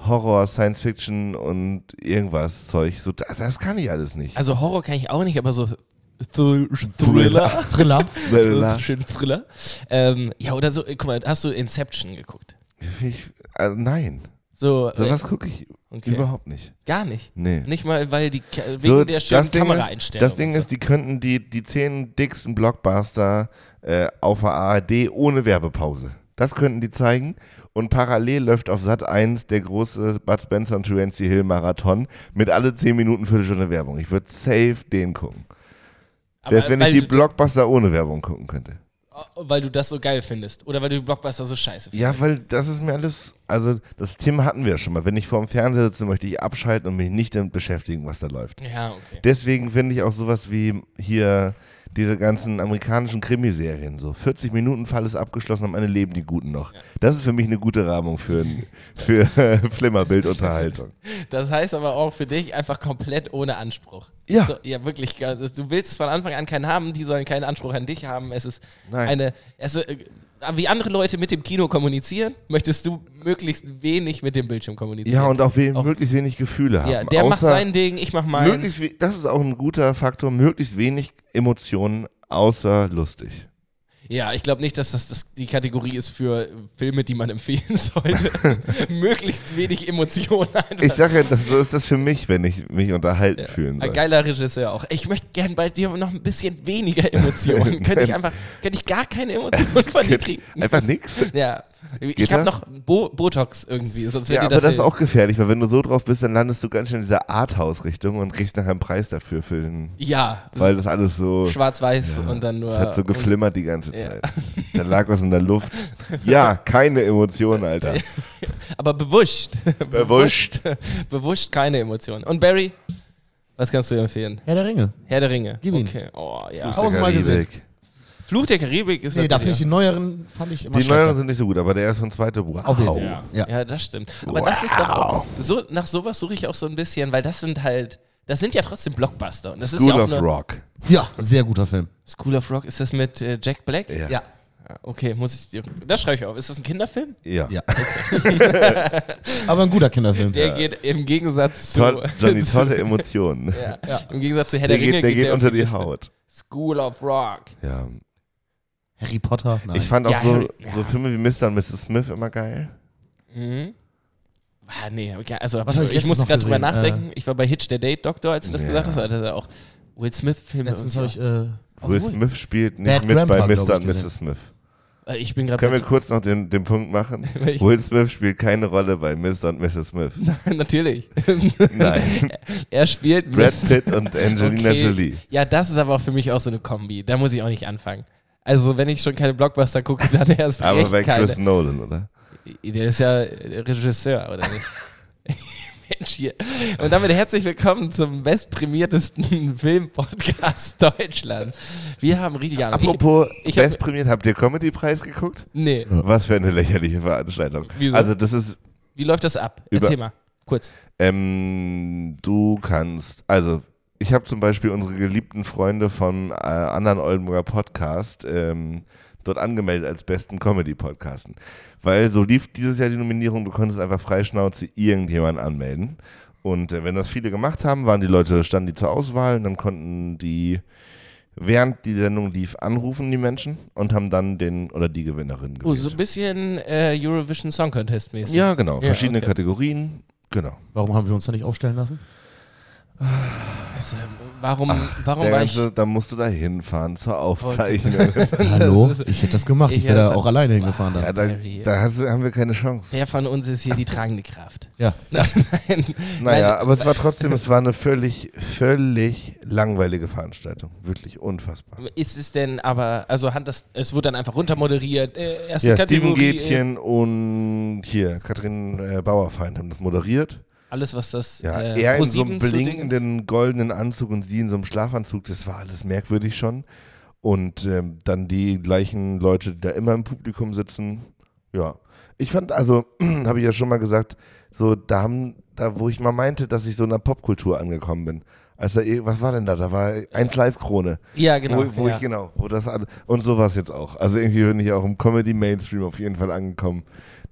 [SPEAKER 1] Horror, Science-Fiction und irgendwas Zeug. So, da- das kann ich alles nicht.
[SPEAKER 4] also Horror kann ich auch nicht, aber so Thr- Thriller.
[SPEAKER 3] Thriller.
[SPEAKER 1] Thriller.
[SPEAKER 4] Schön Thriller. Ähm, ja, oder so, äh, guck mal, hast du Inception geguckt?
[SPEAKER 1] Ich, also nein,
[SPEAKER 4] So, äh,
[SPEAKER 1] sowas gucke ich
[SPEAKER 4] okay.
[SPEAKER 1] überhaupt nicht.
[SPEAKER 4] Gar nicht.
[SPEAKER 1] Nee.
[SPEAKER 4] Nicht mal, weil die Ka- wegen
[SPEAKER 1] So,
[SPEAKER 4] der schönen
[SPEAKER 1] Ding ist,
[SPEAKER 4] Kameraeinstellung.
[SPEAKER 1] das Ding
[SPEAKER 4] und so.
[SPEAKER 1] ist, die könnten die, die zehn dicksten Blockbuster äh, auf der ARD ohne Werbepause. Das könnten die zeigen. Und parallel läuft auf Sat 1 der große Bud Spencer und Terence Hill Marathon mit alle 10 Minuten Viertelstunde Werbung. Ich würde safe den gucken.
[SPEAKER 4] Aber
[SPEAKER 1] Selbst wenn ich
[SPEAKER 4] weil
[SPEAKER 1] die
[SPEAKER 4] du-
[SPEAKER 1] Blockbuster ohne Werbung gucken könnte.
[SPEAKER 4] Weil du das so geil findest. Oder weil du Blockbuster so scheiße findest.
[SPEAKER 1] Ja, weil das ist mir alles, also das Thema hatten wir ja schon mal. Wenn ich vor dem Fernseher sitze, möchte ich abschalten und mich nicht damit beschäftigen, was da läuft.
[SPEAKER 4] Ja, okay.
[SPEAKER 1] Deswegen finde ich auch sowas wie hier diese ganzen amerikanischen Krimiserien. So 40 Minuten Fall ist abgeschlossen, am Ende leben die Guten noch. Das ist für mich eine gute Rahmung für, ein- für Flimmerbildunterhaltung.
[SPEAKER 4] Das heißt aber auch für dich einfach komplett ohne Anspruch.
[SPEAKER 1] Ja.
[SPEAKER 4] So, ja, wirklich. gar- Du willst von Anfang an keinen haben, die sollen keinen Anspruch an dich haben. Es ist
[SPEAKER 1] Nein.
[SPEAKER 4] eine. Es ist, äh, wie andere Leute mit dem Kino kommunizieren, möchtest du möglichst wenig mit dem Bildschirm kommunizieren.
[SPEAKER 1] Ja, und auch, we
[SPEAKER 4] Auch-
[SPEAKER 1] möglichst wenig Gefühle haben.
[SPEAKER 4] Ja, der macht
[SPEAKER 1] Außer
[SPEAKER 4] sein Ding, ich mach meins.
[SPEAKER 1] möglichst we- Das ist auch ein guter Faktor, möglichst wenig Emotionen außer lustig.
[SPEAKER 4] Ja, ich glaube nicht, dass das, das die Kategorie ist für Filme, die man empfehlen sollte. möglichst wenig Emotionen einfach.
[SPEAKER 1] Ich sage ja, das, so ist das für mich, wenn ich mich unterhalten fühlen
[SPEAKER 4] Ein
[SPEAKER 1] soll.
[SPEAKER 4] geiler Regisseur auch. Ich möchte gern bei dir noch ein bisschen weniger Emotionen. könnte ich
[SPEAKER 1] Nein.
[SPEAKER 4] einfach, könnte ich gar keine Emotionen von dir kriegen.
[SPEAKER 1] Einfach nix.
[SPEAKER 4] Ja. Ich
[SPEAKER 1] Geht
[SPEAKER 4] habe
[SPEAKER 1] das?
[SPEAKER 4] noch Bo Botox irgendwie, sonst
[SPEAKER 1] Ja,
[SPEAKER 4] wäre
[SPEAKER 1] aber das ist
[SPEAKER 4] hilft.
[SPEAKER 1] auch gefährlich, weil wenn du so drauf bist, dann landest du ganz schnell in dieser Arthouse-Richtung und kriegst nachher einen Preis dafür, für den,
[SPEAKER 4] Ja,
[SPEAKER 1] weil das alles so,
[SPEAKER 4] schwarz-weiß und dann nur.
[SPEAKER 1] das hat so geflimmert die ganze
[SPEAKER 4] Ja.
[SPEAKER 1] Zeit. Da lag was in der Luft. Ja, keine Emotionen, Alter.
[SPEAKER 4] aber bewusst.
[SPEAKER 1] Bewusst.
[SPEAKER 4] bewusst keine Emotionen. Und Barry, was kannst du empfehlen?
[SPEAKER 3] Herr der Ringe.
[SPEAKER 4] Herr der Ringe.
[SPEAKER 3] Gib ihn.
[SPEAKER 4] Okay. Oh, ja.
[SPEAKER 3] Tausend- Tausendmal gesehen.
[SPEAKER 1] Karibik.
[SPEAKER 4] Fluch der Karibik ist
[SPEAKER 3] Nee, da finde ich
[SPEAKER 4] natürlich-
[SPEAKER 3] die neueren, fand ich immer
[SPEAKER 1] Die neueren
[SPEAKER 3] schlechter.
[SPEAKER 1] sind nicht so gut, aber der erste und zweite, wow.
[SPEAKER 3] Auf jeden Fall. Ja.
[SPEAKER 4] Ja, das stimmt. Aber das ist doch auch, so, nach sowas suche ich auch so ein bisschen, weil das sind halt, das sind ja trotzdem Blockbuster. Und das ist
[SPEAKER 1] School
[SPEAKER 4] ja auch
[SPEAKER 1] of
[SPEAKER 4] eine,
[SPEAKER 1] Rock.
[SPEAKER 3] ja, sehr guter Film.
[SPEAKER 4] School of Rock, ist das mit äh, Jack Black?
[SPEAKER 1] Ja.
[SPEAKER 3] Ja,
[SPEAKER 4] Okay, muss ich dir. Das schreibe ich auf. Ist das ein Kinderfilm?
[SPEAKER 1] Ja.
[SPEAKER 3] ja. Aber ein guter Kinderfilm.
[SPEAKER 4] Der geht im Gegensatz zu.
[SPEAKER 1] Toll, Johnny,
[SPEAKER 4] zu-
[SPEAKER 1] tolle Emotionen.
[SPEAKER 4] Ja. Im Gegensatz zu Herr
[SPEAKER 1] Der,
[SPEAKER 4] der, Ringe
[SPEAKER 1] geht, der geht
[SPEAKER 4] auf
[SPEAKER 1] unter die
[SPEAKER 4] Liste.
[SPEAKER 1] Haut.
[SPEAKER 4] School of Rock.
[SPEAKER 1] Ja.
[SPEAKER 3] Harry Potter. Nein.
[SPEAKER 1] Ich fand auch
[SPEAKER 4] Ja,
[SPEAKER 1] so,
[SPEAKER 4] Harry- ja.
[SPEAKER 1] so Filme wie Mr. und Mrs. Smith immer geil.
[SPEAKER 4] Mhm. Ah, nee, okay, also
[SPEAKER 3] Was hab ich
[SPEAKER 4] ich,
[SPEAKER 3] letztens
[SPEAKER 4] musste
[SPEAKER 3] noch
[SPEAKER 4] gerade drüber
[SPEAKER 3] gesehen? äh.
[SPEAKER 4] nachdenken. ich war bei Hitch der Date Doktor, als du das
[SPEAKER 1] Ja.
[SPEAKER 4] gesagt hast, hatte er auch Will Smith-Filme.
[SPEAKER 3] Letztens habe
[SPEAKER 4] und
[SPEAKER 3] ich
[SPEAKER 4] so.
[SPEAKER 3] äh,
[SPEAKER 1] Will
[SPEAKER 4] Obwohl-
[SPEAKER 1] Smith spielt nicht
[SPEAKER 3] Bad
[SPEAKER 1] mit
[SPEAKER 3] Grandpa,
[SPEAKER 1] bei
[SPEAKER 3] glaub
[SPEAKER 1] Mr.
[SPEAKER 3] ich,
[SPEAKER 1] und
[SPEAKER 3] gesehen.
[SPEAKER 1] Mrs. Smith.
[SPEAKER 4] Äh, ich bin gerade
[SPEAKER 1] Können
[SPEAKER 4] bei
[SPEAKER 1] wir kurz noch den, den Punkt machen?
[SPEAKER 4] Welchen?
[SPEAKER 1] Will Smith spielt keine Rolle bei Mr. und Mrs. Smith.
[SPEAKER 4] Natürlich.
[SPEAKER 1] Nein.
[SPEAKER 4] er spielt
[SPEAKER 1] Brad
[SPEAKER 4] Miss-
[SPEAKER 1] Pitt und Angelina
[SPEAKER 4] Okay.
[SPEAKER 1] Jolie.
[SPEAKER 4] Ja, das ist aber auch für mich auch so eine Kombi. Da muss ich auch nicht anfangen. Also, wenn ich schon keine Blockbuster gucke, dann erst
[SPEAKER 1] Aber bei
[SPEAKER 4] recht keine.
[SPEAKER 1] Chris Nolan, oder?
[SPEAKER 4] Der ist ja äh, Regisseur, oder nicht? Mensch hier. Und damit herzlich willkommen zum bestprämiertesten Filmpodcast Deutschlands. Wir haben richtig Ahnung.
[SPEAKER 1] Apropos,
[SPEAKER 4] ich hab-
[SPEAKER 1] bestprämiert, habt ihr Comedy-Preis geguckt?
[SPEAKER 4] Ich, nee,
[SPEAKER 1] Was für eine lächerliche Veranstaltung.
[SPEAKER 4] Wieso?
[SPEAKER 1] Also das ist,
[SPEAKER 4] wie läuft das ab?
[SPEAKER 1] Über-
[SPEAKER 4] Erzähl mal, kurz.
[SPEAKER 1] ähm, du kannst, also ich habe zum Beispiel unsere geliebten Freunde vom äh, anderen Oldenburger Podcast ähm, dort angemeldet als besten Comedy-Podcasten. Weil so lief dieses Jahr die Nominierung, du konntest einfach freischnauze irgendjemanden anmelden. Und äh, wenn das viele gemacht haben, waren die Leute, standen die zur Auswahl und dann konnten die, während die Sendung lief, anrufen, die Menschen, und haben dann den oder die Gewinnerin gewählt.
[SPEAKER 4] Oh, so ein bisschen äh, Eurovision Song Contest mäßig.
[SPEAKER 1] ja, genau.
[SPEAKER 4] Ja,
[SPEAKER 1] verschiedene
[SPEAKER 4] okay.
[SPEAKER 1] Kategorien. Genau.
[SPEAKER 3] warum haben wir uns da nicht aufstellen lassen?
[SPEAKER 4] Das, äh, warum warum
[SPEAKER 1] Der
[SPEAKER 4] war ich.
[SPEAKER 1] ganze, da musst du da hinfahren zur Aufzeichnung.
[SPEAKER 3] Hallo? Ich hätte das gemacht. Ich wäre da auch alleine hingefahren.
[SPEAKER 1] ja,
[SPEAKER 3] Dann.
[SPEAKER 1] da da hast, du- haben wir keine Chance.
[SPEAKER 4] Wer von uns ist hier die tragende Kraft?
[SPEAKER 3] Ja.
[SPEAKER 4] Nein.
[SPEAKER 1] Naja, aber es war trotzdem, es war eine völlig, völlig langweilige Veranstaltung. Wirklich unfassbar.
[SPEAKER 4] Ist es denn aber, also hat das, es wurde dann einfach runtermoderiert, äh, erste
[SPEAKER 1] Ja, Steven
[SPEAKER 4] Kategorie, äh,
[SPEAKER 1] Gätchen und hier, Katrin äh, Bauerfeind haben das moderiert.
[SPEAKER 4] alles was das
[SPEAKER 1] Ja,
[SPEAKER 4] äh,
[SPEAKER 1] er in so einem
[SPEAKER 4] ProSieben zu Dingens-
[SPEAKER 1] blinkenden goldenen Anzug und sie in so einem Schlafanzug, das war alles merkwürdig schon. Und ähm, dann die gleichen Leute, die da immer im Publikum sitzen. Ja. Ich fand, also, habe ich ja schon mal gesagt, so, da haben, da wo ich mal meinte, dass ich so in der Popkultur angekommen bin. Also, eh, was war denn da? Da war ein Schleifkrone.
[SPEAKER 4] Ja, genau.
[SPEAKER 1] Wo, wo
[SPEAKER 4] ja.
[SPEAKER 1] ich genau, wo das an, und so war es jetzt auch. Also irgendwie bin ich auch im Comedy Mainstream auf jeden Fall angekommen.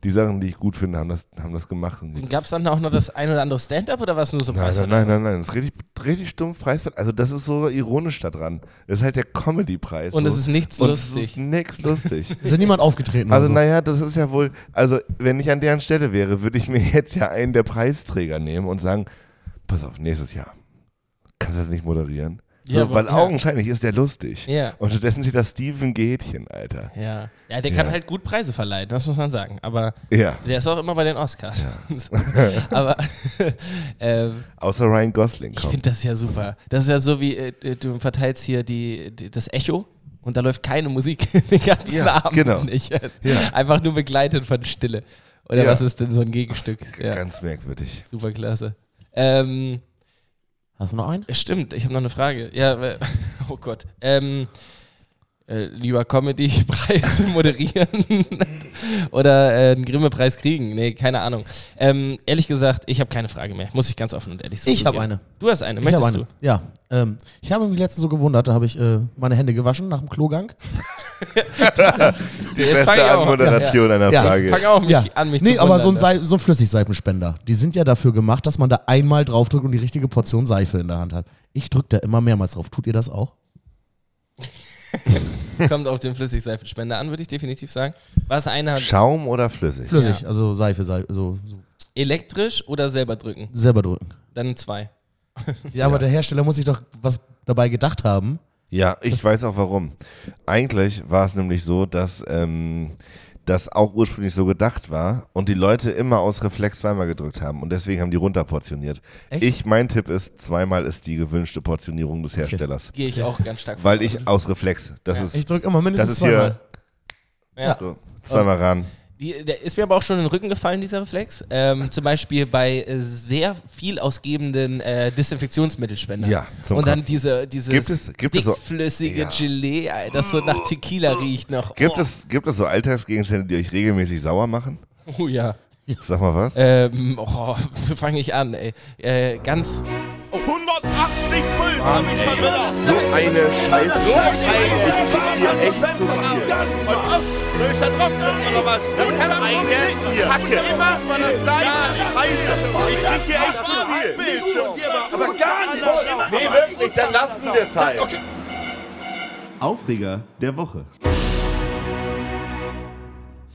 [SPEAKER 1] Die Sachen, die ich gut finde, haben das, haben das gemacht. Und
[SPEAKER 4] Gab es dann auch noch das ein oder andere Stand-up oder war es nur so
[SPEAKER 1] nein,
[SPEAKER 4] Preis-
[SPEAKER 1] nein, nein, nein, nein, das ist richtig, richtig stumpf Preis. Also das ist so ironisch da dran. Das ist halt der Comedy Preis.
[SPEAKER 4] Und
[SPEAKER 1] so.
[SPEAKER 4] es ist nichts
[SPEAKER 1] und
[SPEAKER 4] lustig.
[SPEAKER 1] es ist nichts lustig.
[SPEAKER 3] Ist ja niemand aufgetreten.
[SPEAKER 1] Also
[SPEAKER 3] oder so.
[SPEAKER 1] naja, das ist ja wohl, also wenn ich an deren Stelle wäre, würde ich mir jetzt ja einen der Preisträger nehmen und sagen, pass auf, nächstes Jahr kannst du das nicht moderieren.
[SPEAKER 4] Ja,
[SPEAKER 1] so,
[SPEAKER 4] aber-
[SPEAKER 1] weil
[SPEAKER 4] ja.
[SPEAKER 1] augenscheinlich ist der lustig.
[SPEAKER 4] Ja.
[SPEAKER 1] Und stattdessen steht da Steven Gätchen, Alter.
[SPEAKER 4] Ja. ja, der kann
[SPEAKER 1] Ja.
[SPEAKER 4] halt gut Preise verleihen, das muss man sagen. Aber
[SPEAKER 1] Ja.
[SPEAKER 4] der ist auch immer bei den Oscars. Aber ähm,
[SPEAKER 1] Außer Ryan Gosling.
[SPEAKER 4] ich
[SPEAKER 1] Komm.
[SPEAKER 4] finde das ja super. Das ist ja so wie, äh, äh, du verteilst hier die, die, das Echo und da läuft keine Musik den ganzen
[SPEAKER 1] Ja,
[SPEAKER 4] Abend
[SPEAKER 1] genau.
[SPEAKER 4] nicht.
[SPEAKER 1] Ja.
[SPEAKER 4] Einfach nur begleitet von Stille. Oder
[SPEAKER 1] Ja.
[SPEAKER 4] was ist denn so ein Gegenstück? Ja,
[SPEAKER 1] Ganz merkwürdig.
[SPEAKER 4] super klasse. Ähm,
[SPEAKER 3] Hast du noch einen?
[SPEAKER 4] Stimmt, ich habe noch eine Frage. Ja, äh, oh Gott. Ähm, äh, lieber Comedy-Preis moderieren oder äh, einen Grimme-Preis kriegen. Nee, keine Ahnung. Ähm, ehrlich gesagt, ich habe keine Frage mehr. Muss ich ganz offen und ehrlich sagen.
[SPEAKER 3] Ich habe eine.
[SPEAKER 4] Du hast eine, möchtest
[SPEAKER 3] ich habe eine. Ja. Ähm, ich habe mich letztens so gewundert, da habe ich äh, meine Hände gewaschen nach dem Klogang.
[SPEAKER 1] Die
[SPEAKER 4] Jetzt fang ich
[SPEAKER 1] beste
[SPEAKER 4] auch an.
[SPEAKER 1] Anmoderation einer
[SPEAKER 3] Ja.
[SPEAKER 4] du?
[SPEAKER 1] Frage.
[SPEAKER 4] Fang auch mich
[SPEAKER 3] ja.
[SPEAKER 4] an, mich
[SPEAKER 3] nee,
[SPEAKER 4] zu
[SPEAKER 3] aber so ein,
[SPEAKER 4] wundern. ne?
[SPEAKER 3] Sei so ein Flüssigseifenspender. Die sind ja dafür gemacht, dass man da einmal draufdrückt und die richtige Portion Seife in der Hand hat. Ich drücke da immer mehrmals drauf. Tut ihr das auch?
[SPEAKER 4] Kommt auf den Flüssigseifenspender an, würde ich definitiv sagen. Was eine Hand?
[SPEAKER 1] Schaum oder flüssig?
[SPEAKER 3] Flüssig,
[SPEAKER 4] Ja.
[SPEAKER 3] also Seife, Seife so, so
[SPEAKER 4] Elektrisch oder selber drücken?
[SPEAKER 3] selber drücken.
[SPEAKER 4] Dann zwei.
[SPEAKER 3] Ja, aber der Hersteller muss sich doch was dabei gedacht haben.
[SPEAKER 1] Ja, ich weiß auch warum. Eigentlich war es nämlich so, dass ähm, das auch ursprünglich so gedacht war und die Leute immer aus Reflex zweimal gedrückt haben und deswegen haben die runterportioniert.
[SPEAKER 3] Echt?
[SPEAKER 1] Ich, mein Tipp ist, zweimal ist die gewünschte Portionierung des Herstellers.
[SPEAKER 4] Gehe ich auch ganz stark
[SPEAKER 1] Weil
[SPEAKER 4] von
[SPEAKER 1] ich aus Reflex, das
[SPEAKER 4] Ja.
[SPEAKER 1] ist,
[SPEAKER 3] Also Ich drücke immer
[SPEAKER 1] das
[SPEAKER 3] mindestens
[SPEAKER 1] ist
[SPEAKER 3] zweimal. Oh.
[SPEAKER 1] hier
[SPEAKER 4] Ja.
[SPEAKER 1] so, zweimal ran.
[SPEAKER 4] Die, der ist mir aber auch schon in den Rücken gefallen, dieser Reflex. Ähm, zum Beispiel bei äh, sehr viel ausgebenden äh, Desinfektionsmittelspendern.
[SPEAKER 1] Ja, zum
[SPEAKER 4] Und dann
[SPEAKER 1] Kotzen.
[SPEAKER 4] diese, dieses
[SPEAKER 1] Gibt es- gibt es so-
[SPEAKER 4] dickflüssige
[SPEAKER 1] Ja.
[SPEAKER 4] Gelee, ey, das so nach Tequila riecht noch.
[SPEAKER 1] Gibt,
[SPEAKER 4] oh.
[SPEAKER 1] es, gibt es so Alltagsgegenstände, die euch regelmäßig sauer machen?
[SPEAKER 4] Oh ja.
[SPEAKER 1] Sag mal was.
[SPEAKER 4] Ähm, oh, wo fange ich an, ey. Äh, ganz...
[SPEAKER 5] 180 Pulver habe ich verballert.
[SPEAKER 1] So eine Scheiße.
[SPEAKER 5] So ein Scheiß. Echt zu viel. Soll ich da drauf kommen oder was? Das kann eine Kacke. Immer von der gleichen Scheiße. Ich krieg hier echt zu viel. Aber gar nicht. Nee, wirklich, dann lassen wir es halt.
[SPEAKER 1] Aufreger der Woche.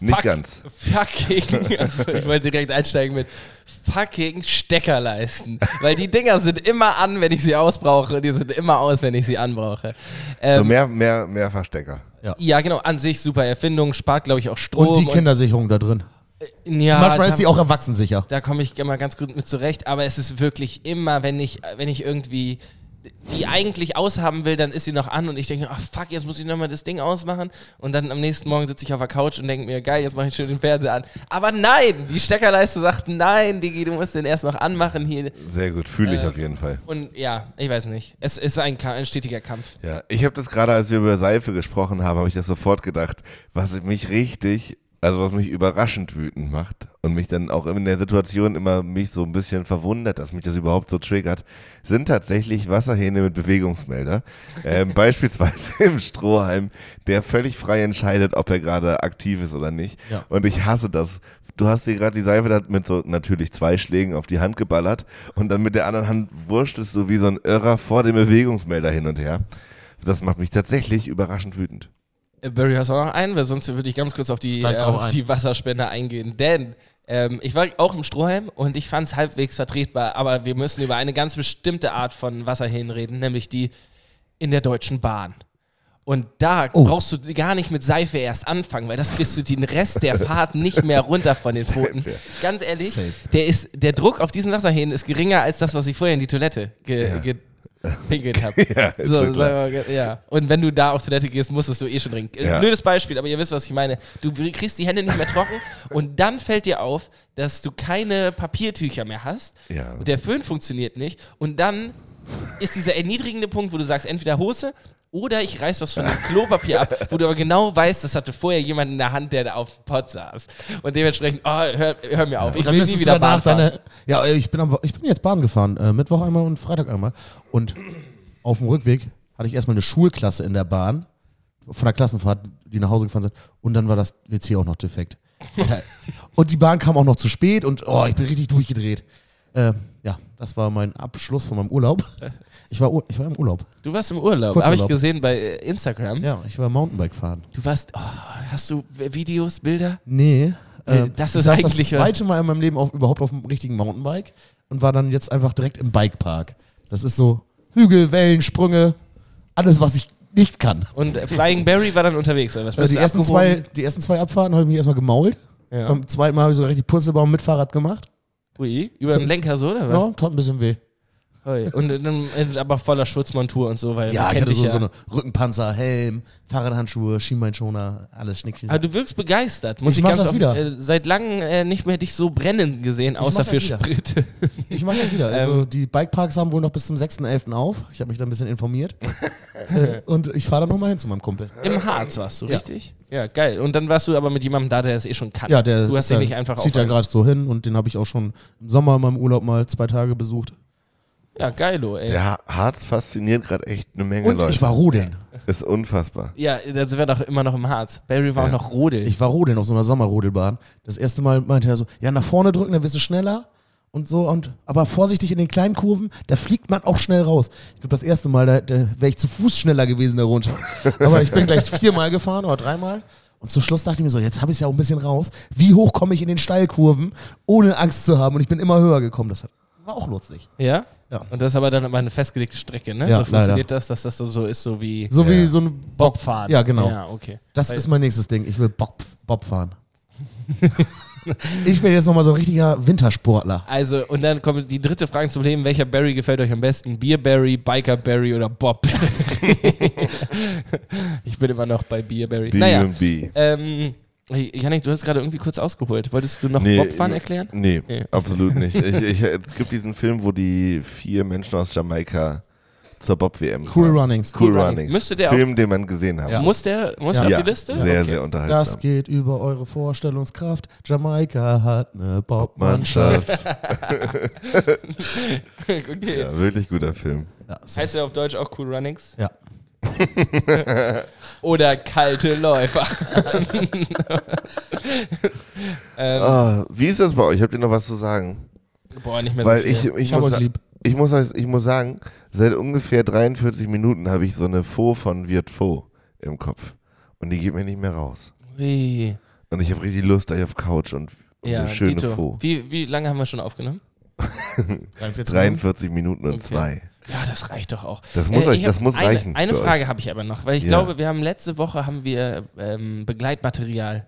[SPEAKER 1] Nicht ganz.
[SPEAKER 4] Fucking, also ich wollte direkt einsteigen mit fucking Steckerleisten. Weil die Dinger sind immer an, wenn ich sie ausbrauche. Die sind immer aus, wenn ich sie anbrauche. Ähm,
[SPEAKER 1] So mehr, mehr, mehr Verstecker.
[SPEAKER 4] Ja, genau, an sich super Erfindung, spart, glaube ich, auch Strom. äh,
[SPEAKER 3] Und die Kindersicherung da drin.
[SPEAKER 4] ja,
[SPEAKER 3] Manchmal
[SPEAKER 4] da,
[SPEAKER 3] ist die auch erwachsensicher.
[SPEAKER 4] Da komme ich immer ganz gut mit zurecht, aber es ist wirklich immer, wenn ich, wenn ich irgendwie die eigentlich aushaben will, dann ist sie noch an und ich denke, ach fuck, jetzt muss ich nochmal das Ding ausmachen und dann am nächsten Morgen sitze ich auf der Couch und denke mir, geil, jetzt mache ich schön den Fernseher an. Aber nein, die Steckerleiste sagt, nein, Digi, du musst den erst noch anmachen hier.
[SPEAKER 1] Sehr gut, fühle ich auf jeden Fall.
[SPEAKER 4] Und ja, ich weiß nicht, es ist ein, Ka- ein stetiger Kampf.
[SPEAKER 1] Ja, ich habe das gerade, als wir über Seife gesprochen haben, habe ich das sofort gedacht, was mich richtig, also was mich überraschend wütend macht und mich dann auch in der Situation immer mich so ein bisschen verwundert, dass mich das überhaupt so triggert, sind tatsächlich Wasserhähne mit Bewegungsmelder. Ähm, beispielsweise im Strohhalm, der völlig frei entscheidet, ob er gerade aktiv ist oder nicht.
[SPEAKER 3] Ja.
[SPEAKER 1] Und ich hasse das. Du hast dir gerade die Seife da mit so natürlich zwei Schlägen auf die Hand geballert und dann mit der anderen Hand wurstelst du wie so ein Irrer vor dem Bewegungsmelder hin und her. Das macht mich tatsächlich überraschend wütend.
[SPEAKER 4] Äh, Barry, hast du auch noch einen? Weil sonst würde ich ganz kurz auf die,
[SPEAKER 7] Bleibt
[SPEAKER 4] äh,
[SPEAKER 7] auch
[SPEAKER 4] auf
[SPEAKER 7] ein.
[SPEAKER 4] die Wasserspender eingehen. Denn ähm, ich war auch im Strohhalm und ich fand es halbwegs vertretbar. Aber wir müssen über eine ganz bestimmte Art von Wasserhähnen reden, nämlich die in der Deutschen Bahn. Und da brauchst du gar nicht mit Seife erst anfangen, weil das kriegst du den Rest der Fahrt nicht mehr runter von den Pfoten. Ganz ehrlich, der, ist, der Druck auf diesen Wasserhähnen ist geringer als das, was ich vorher in die Toilette ge gepinkelt habe.
[SPEAKER 1] Ja, ist
[SPEAKER 4] so,
[SPEAKER 1] schon klar.
[SPEAKER 4] sagen wir mal, ja. Und wenn du da auf Toilette gehst, musstest du eh schon trinken. Äh,
[SPEAKER 1] Ja.
[SPEAKER 4] Blödes Beispiel, aber ihr wisst, was ich meine. Du kriegst die Hände nicht mehr trocken und dann fällt dir auf, dass du keine Papiertücher mehr hast.
[SPEAKER 1] Ja.
[SPEAKER 4] Und der Föhn funktioniert nicht. Und dann ist dieser erniedrigende Punkt, wo du sagst, entweder Hose oder ich reiß was von dem Klopapier ab, wo du aber genau weißt, das hatte vorher jemand in der Hand, der da auf dem Pott saß. Und dementsprechend, oh, hör, hör mir auf, ich will nie wieder Bahn fahren.
[SPEAKER 3] Ja, äh, ich bin, am, ich bin jetzt Bahn gefahren. Äh, Mittwoch einmal und Freitag einmal. Und auf dem Rückweg hatte ich erstmal eine Schulklasse in der Bahn. Von der Klassenfahrt, die nach Hause gefahren sind. Und dann war das WC auch noch defekt. Alter. und die Bahn kam auch noch zu spät und oh, ich bin richtig durchgedreht. Äh, ja, das war mein Abschluss von meinem Urlaub. Ich war, Ur- ich war im Urlaub.
[SPEAKER 4] Du warst im Urlaub, habe
[SPEAKER 3] Kurzurlaub.
[SPEAKER 4] ich gesehen bei äh, Instagram.
[SPEAKER 3] Ja, ich war Mountainbike fahren.
[SPEAKER 4] Du warst, oh, hast du Videos, Bilder?
[SPEAKER 3] Nee.
[SPEAKER 4] Nee,
[SPEAKER 3] äh,
[SPEAKER 4] das
[SPEAKER 3] ich
[SPEAKER 4] ist
[SPEAKER 3] saß
[SPEAKER 4] eigentlich
[SPEAKER 3] das
[SPEAKER 4] was-
[SPEAKER 3] zweite Mal in meinem Leben auf, überhaupt auf dem richtigen Mountainbike und war dann jetzt einfach direkt im Bikepark. Das ist so Hügel, Wellen, Sprünge, alles, was ich nicht kann.
[SPEAKER 4] Und äh, Flying Barry war dann unterwegs. Oder was?
[SPEAKER 3] Also
[SPEAKER 4] Bist
[SPEAKER 3] die,
[SPEAKER 4] du
[SPEAKER 3] ersten zwei,
[SPEAKER 4] abgehoben?
[SPEAKER 3] die ersten zwei Abfahrten habe ich mich erstmal gemault.
[SPEAKER 4] Ja.
[SPEAKER 3] Beim zweiten Mal habe ich so richtig Purzelbaum mit Fahrrad gemacht.
[SPEAKER 4] Ui, über den Lenker so, oder was?
[SPEAKER 3] Ja, tat ein bisschen weh.
[SPEAKER 4] Ui. Und in einem, in, aber voller Schutzmontur und so, weil man
[SPEAKER 3] ich
[SPEAKER 4] kennt
[SPEAKER 3] hatte
[SPEAKER 4] dich
[SPEAKER 3] so,
[SPEAKER 4] ja.
[SPEAKER 3] so eine Rückenpanzer, Helm, Fahrradhandschuhe, Schienbeinschoner, alles Schnickchen.
[SPEAKER 4] aber du wirkst begeistert. Muss ich,
[SPEAKER 3] Ich mach
[SPEAKER 4] ganz
[SPEAKER 3] das
[SPEAKER 4] offen-
[SPEAKER 3] wieder.
[SPEAKER 4] Äh, seit langem äh, nicht mehr dich so brennen gesehen,
[SPEAKER 3] mach
[SPEAKER 4] außer
[SPEAKER 3] das
[SPEAKER 4] für
[SPEAKER 3] wieder.
[SPEAKER 4] Sprit.
[SPEAKER 3] Ich mache das wieder. Also
[SPEAKER 4] ähm,
[SPEAKER 3] die Bikeparks haben wohl noch bis zum 6.11. auf. Ich habe mich da ein bisschen informiert. und ich fahre da nochmal hin zu meinem Kumpel.
[SPEAKER 4] Im Harz warst du,
[SPEAKER 3] Ja.
[SPEAKER 4] richtig? Ja, geil. Und dann warst du aber mit jemandem da, der es eh schon kann.
[SPEAKER 3] Ja, der
[SPEAKER 4] du hast
[SPEAKER 3] der
[SPEAKER 4] dich nicht einfach
[SPEAKER 3] zieht da
[SPEAKER 4] aufhalten.
[SPEAKER 3] gerade so hin und den habe ich auch schon im Sommer in meinem Urlaub mal zwei Tage besucht.
[SPEAKER 4] Ja, geilo, ey.
[SPEAKER 1] Der Ha- Harz fasziniert gerade echt eine Menge
[SPEAKER 3] Und
[SPEAKER 1] Leute.
[SPEAKER 3] ich war rodeln.
[SPEAKER 1] ist unfassbar.
[SPEAKER 4] Ja, da sind wir doch immer noch im Harz. Barry war auch noch Rodel.
[SPEAKER 3] Ich war rodeln auf so einer Sommerrodelbahn. Das erste Mal meinte er so, ja, nach vorne drücken, dann wirst du schneller und so und aber vorsichtig in den kleinen Kurven, da fliegt man auch schnell raus. Ich glaube, das erste Mal, da, da wäre ich zu Fuß schneller gewesen da runter. Aber ich bin gleich viermal gefahren oder dreimal. Und zum Schluss dachte ich mir so, jetzt habe ich es ja auch ein bisschen raus. Wie hoch komme ich in den Steilkurven, ohne Angst zu haben? Und ich bin immer höher gekommen. Das hat- war auch lustig.
[SPEAKER 4] Ja?
[SPEAKER 3] Ja.
[SPEAKER 4] Und das ist aber dann immer eine festgelegte Strecke, ne?
[SPEAKER 3] Ja,
[SPEAKER 4] so funktioniert
[SPEAKER 3] leider.
[SPEAKER 4] das, dass das so- so ist, so wie
[SPEAKER 3] So
[SPEAKER 1] Ja.
[SPEAKER 3] wie so ein
[SPEAKER 4] Bobfahren.
[SPEAKER 3] Ja, genau.
[SPEAKER 4] Ja, okay.
[SPEAKER 3] Das
[SPEAKER 4] Weil-
[SPEAKER 3] ist mein nächstes Ding. Ich will Bob, Bob fahren. ich werde jetzt nochmal so ein richtiger Wintersportler.
[SPEAKER 4] Also, und dann kommt die dritte Frage zum Leben. Welcher Barry gefällt euch am besten? Bierberry, Bikerberry oder Bob? ich bin immer noch bei Bierberry. Naja,
[SPEAKER 1] B&B.
[SPEAKER 4] ähm, hey, Janik, du hast gerade irgendwie kurz ausgeholt. Wolltest du noch Bobfahren erklären?
[SPEAKER 1] Nee,
[SPEAKER 4] Nee.
[SPEAKER 1] absolut nicht. Ich, ich, es gibt diesen Film, wo die vier Menschen aus Jamaika zur Bob-WM
[SPEAKER 3] Cool
[SPEAKER 1] fahren.
[SPEAKER 3] Runnings.
[SPEAKER 1] Cool,
[SPEAKER 4] Cool Runnings.
[SPEAKER 1] Runnings.
[SPEAKER 4] Müsste der
[SPEAKER 1] Film, den man gesehen hat.
[SPEAKER 3] Ja.
[SPEAKER 4] Muss der, muss
[SPEAKER 3] Ja.
[SPEAKER 4] der auf
[SPEAKER 1] Ja,
[SPEAKER 4] die Liste?
[SPEAKER 1] Sehr,
[SPEAKER 4] Okay.
[SPEAKER 1] sehr unterhaltsam.
[SPEAKER 3] Das geht über eure Vorstellungskraft. Jamaika hat eine Bobmannschaft.
[SPEAKER 1] Mannschaft.
[SPEAKER 4] okay.
[SPEAKER 1] Ja, wirklich guter Film.
[SPEAKER 4] Heißt der auf Deutsch auch Cool Runnings?
[SPEAKER 3] Ja.
[SPEAKER 4] Oder kalte Läufer. ähm,
[SPEAKER 1] Ah, wie ist das bei euch? Habt ihr noch was zu sagen?
[SPEAKER 4] Boah, nicht mehr
[SPEAKER 1] Weil
[SPEAKER 4] so
[SPEAKER 1] ich,
[SPEAKER 4] viel.
[SPEAKER 1] ich,
[SPEAKER 3] hab
[SPEAKER 1] muss,
[SPEAKER 3] euch
[SPEAKER 1] sa-
[SPEAKER 3] lieb.
[SPEAKER 1] ich, muss, euch- ich muss sagen, seit ungefähr 43 Minuten habe ich so eine Faux von Wirt Faux im Kopf. Und die geht mir nicht mehr raus.
[SPEAKER 4] Ui.
[SPEAKER 1] Und ich habe richtig Lust gleich auf Couch und, und
[SPEAKER 4] Ja,
[SPEAKER 1] eine schöne
[SPEAKER 4] Dito.
[SPEAKER 1] Faux.
[SPEAKER 4] Wie, wie lange haben wir schon aufgenommen?
[SPEAKER 1] 43 Minuten und
[SPEAKER 4] Okay.
[SPEAKER 1] zwei.
[SPEAKER 4] Ja, das reicht doch auch. Äh,
[SPEAKER 1] Das muss euch-
[SPEAKER 4] ich hab
[SPEAKER 1] das muss
[SPEAKER 4] eine,
[SPEAKER 1] reichen
[SPEAKER 4] Eine
[SPEAKER 1] für
[SPEAKER 4] Frage habe ich aber noch, weil ich
[SPEAKER 1] Ja.
[SPEAKER 4] glaube, wir haben letzte Woche haben wir ähm, Begleitmaterial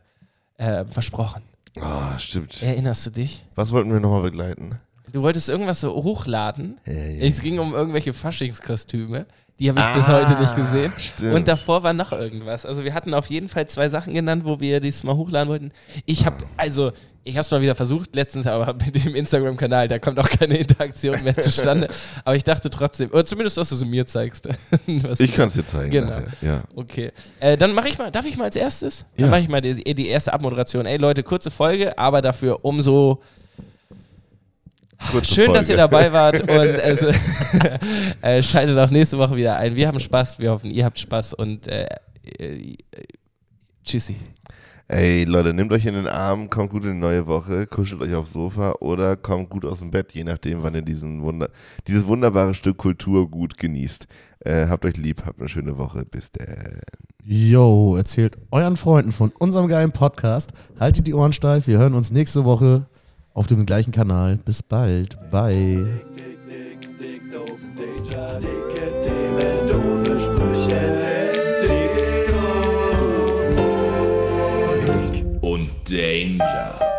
[SPEAKER 4] äh, versprochen.
[SPEAKER 1] Ah, stimmt.
[SPEAKER 4] Erinnerst du dich?
[SPEAKER 1] Was wollten wir nochmal begleiten?
[SPEAKER 4] Du wolltest irgendwas so hochladen.
[SPEAKER 1] Ja, ja.
[SPEAKER 4] Es ging um irgendwelche Faschingskostüme. Die habe ich bis heute
[SPEAKER 1] Ah.
[SPEAKER 4] nicht gesehen.
[SPEAKER 1] stimmt.
[SPEAKER 4] Und davor war noch irgendwas. Also wir hatten auf jeden Fall zwei Sachen genannt, wo wir diesmal hochladen wollten. Ich habe, also ich habe es mal wieder versucht letztens, aber mit dem Instagram-Kanal, da kommt auch keine Interaktion mehr zustande. aber ich dachte trotzdem, oder zumindest, dass du sie mir zeigst. Was-
[SPEAKER 1] Ich kann es dir zeigen.
[SPEAKER 4] Genau.
[SPEAKER 1] nachher. Ja.
[SPEAKER 4] Okay. Äh, dann mache ich mal, darf ich mal als erstes? Dann
[SPEAKER 1] Ja.
[SPEAKER 4] mache ich mal die, die erste Abmoderation. Ey Leute, kurze Folge, aber dafür umso
[SPEAKER 1] Kurze
[SPEAKER 4] Schön, dass
[SPEAKER 1] Folge.
[SPEAKER 4] ihr dabei wart und es, äh, schaltet auch nächste Woche wieder ein. Wir haben Spaß, wir hoffen, ihr habt Spaß und äh, äh, tschüssi.
[SPEAKER 1] Ey, Leute, nehmt euch in den Arm, kommt gut in die neue Woche, kuschelt euch aufs Sofa oder kommt gut aus dem Bett, je nachdem, wann ihr diesen Wunder, dieses wunderbare Stück Kultur gut genießt. Äh, habt euch lieb, habt eine schöne Woche. Bis dann.
[SPEAKER 3] Yo, erzählt euren Freunden von unserem geilen Podcast. Haltet die Ohren steif. Wir hören uns nächste Woche auf dem gleichen Kanal. Bis bald. Bye.
[SPEAKER 2] Dick, dick, dick, doofen Danger, dicke Themen, doofe Sprüche. Dick, doof,
[SPEAKER 5] Und Danger.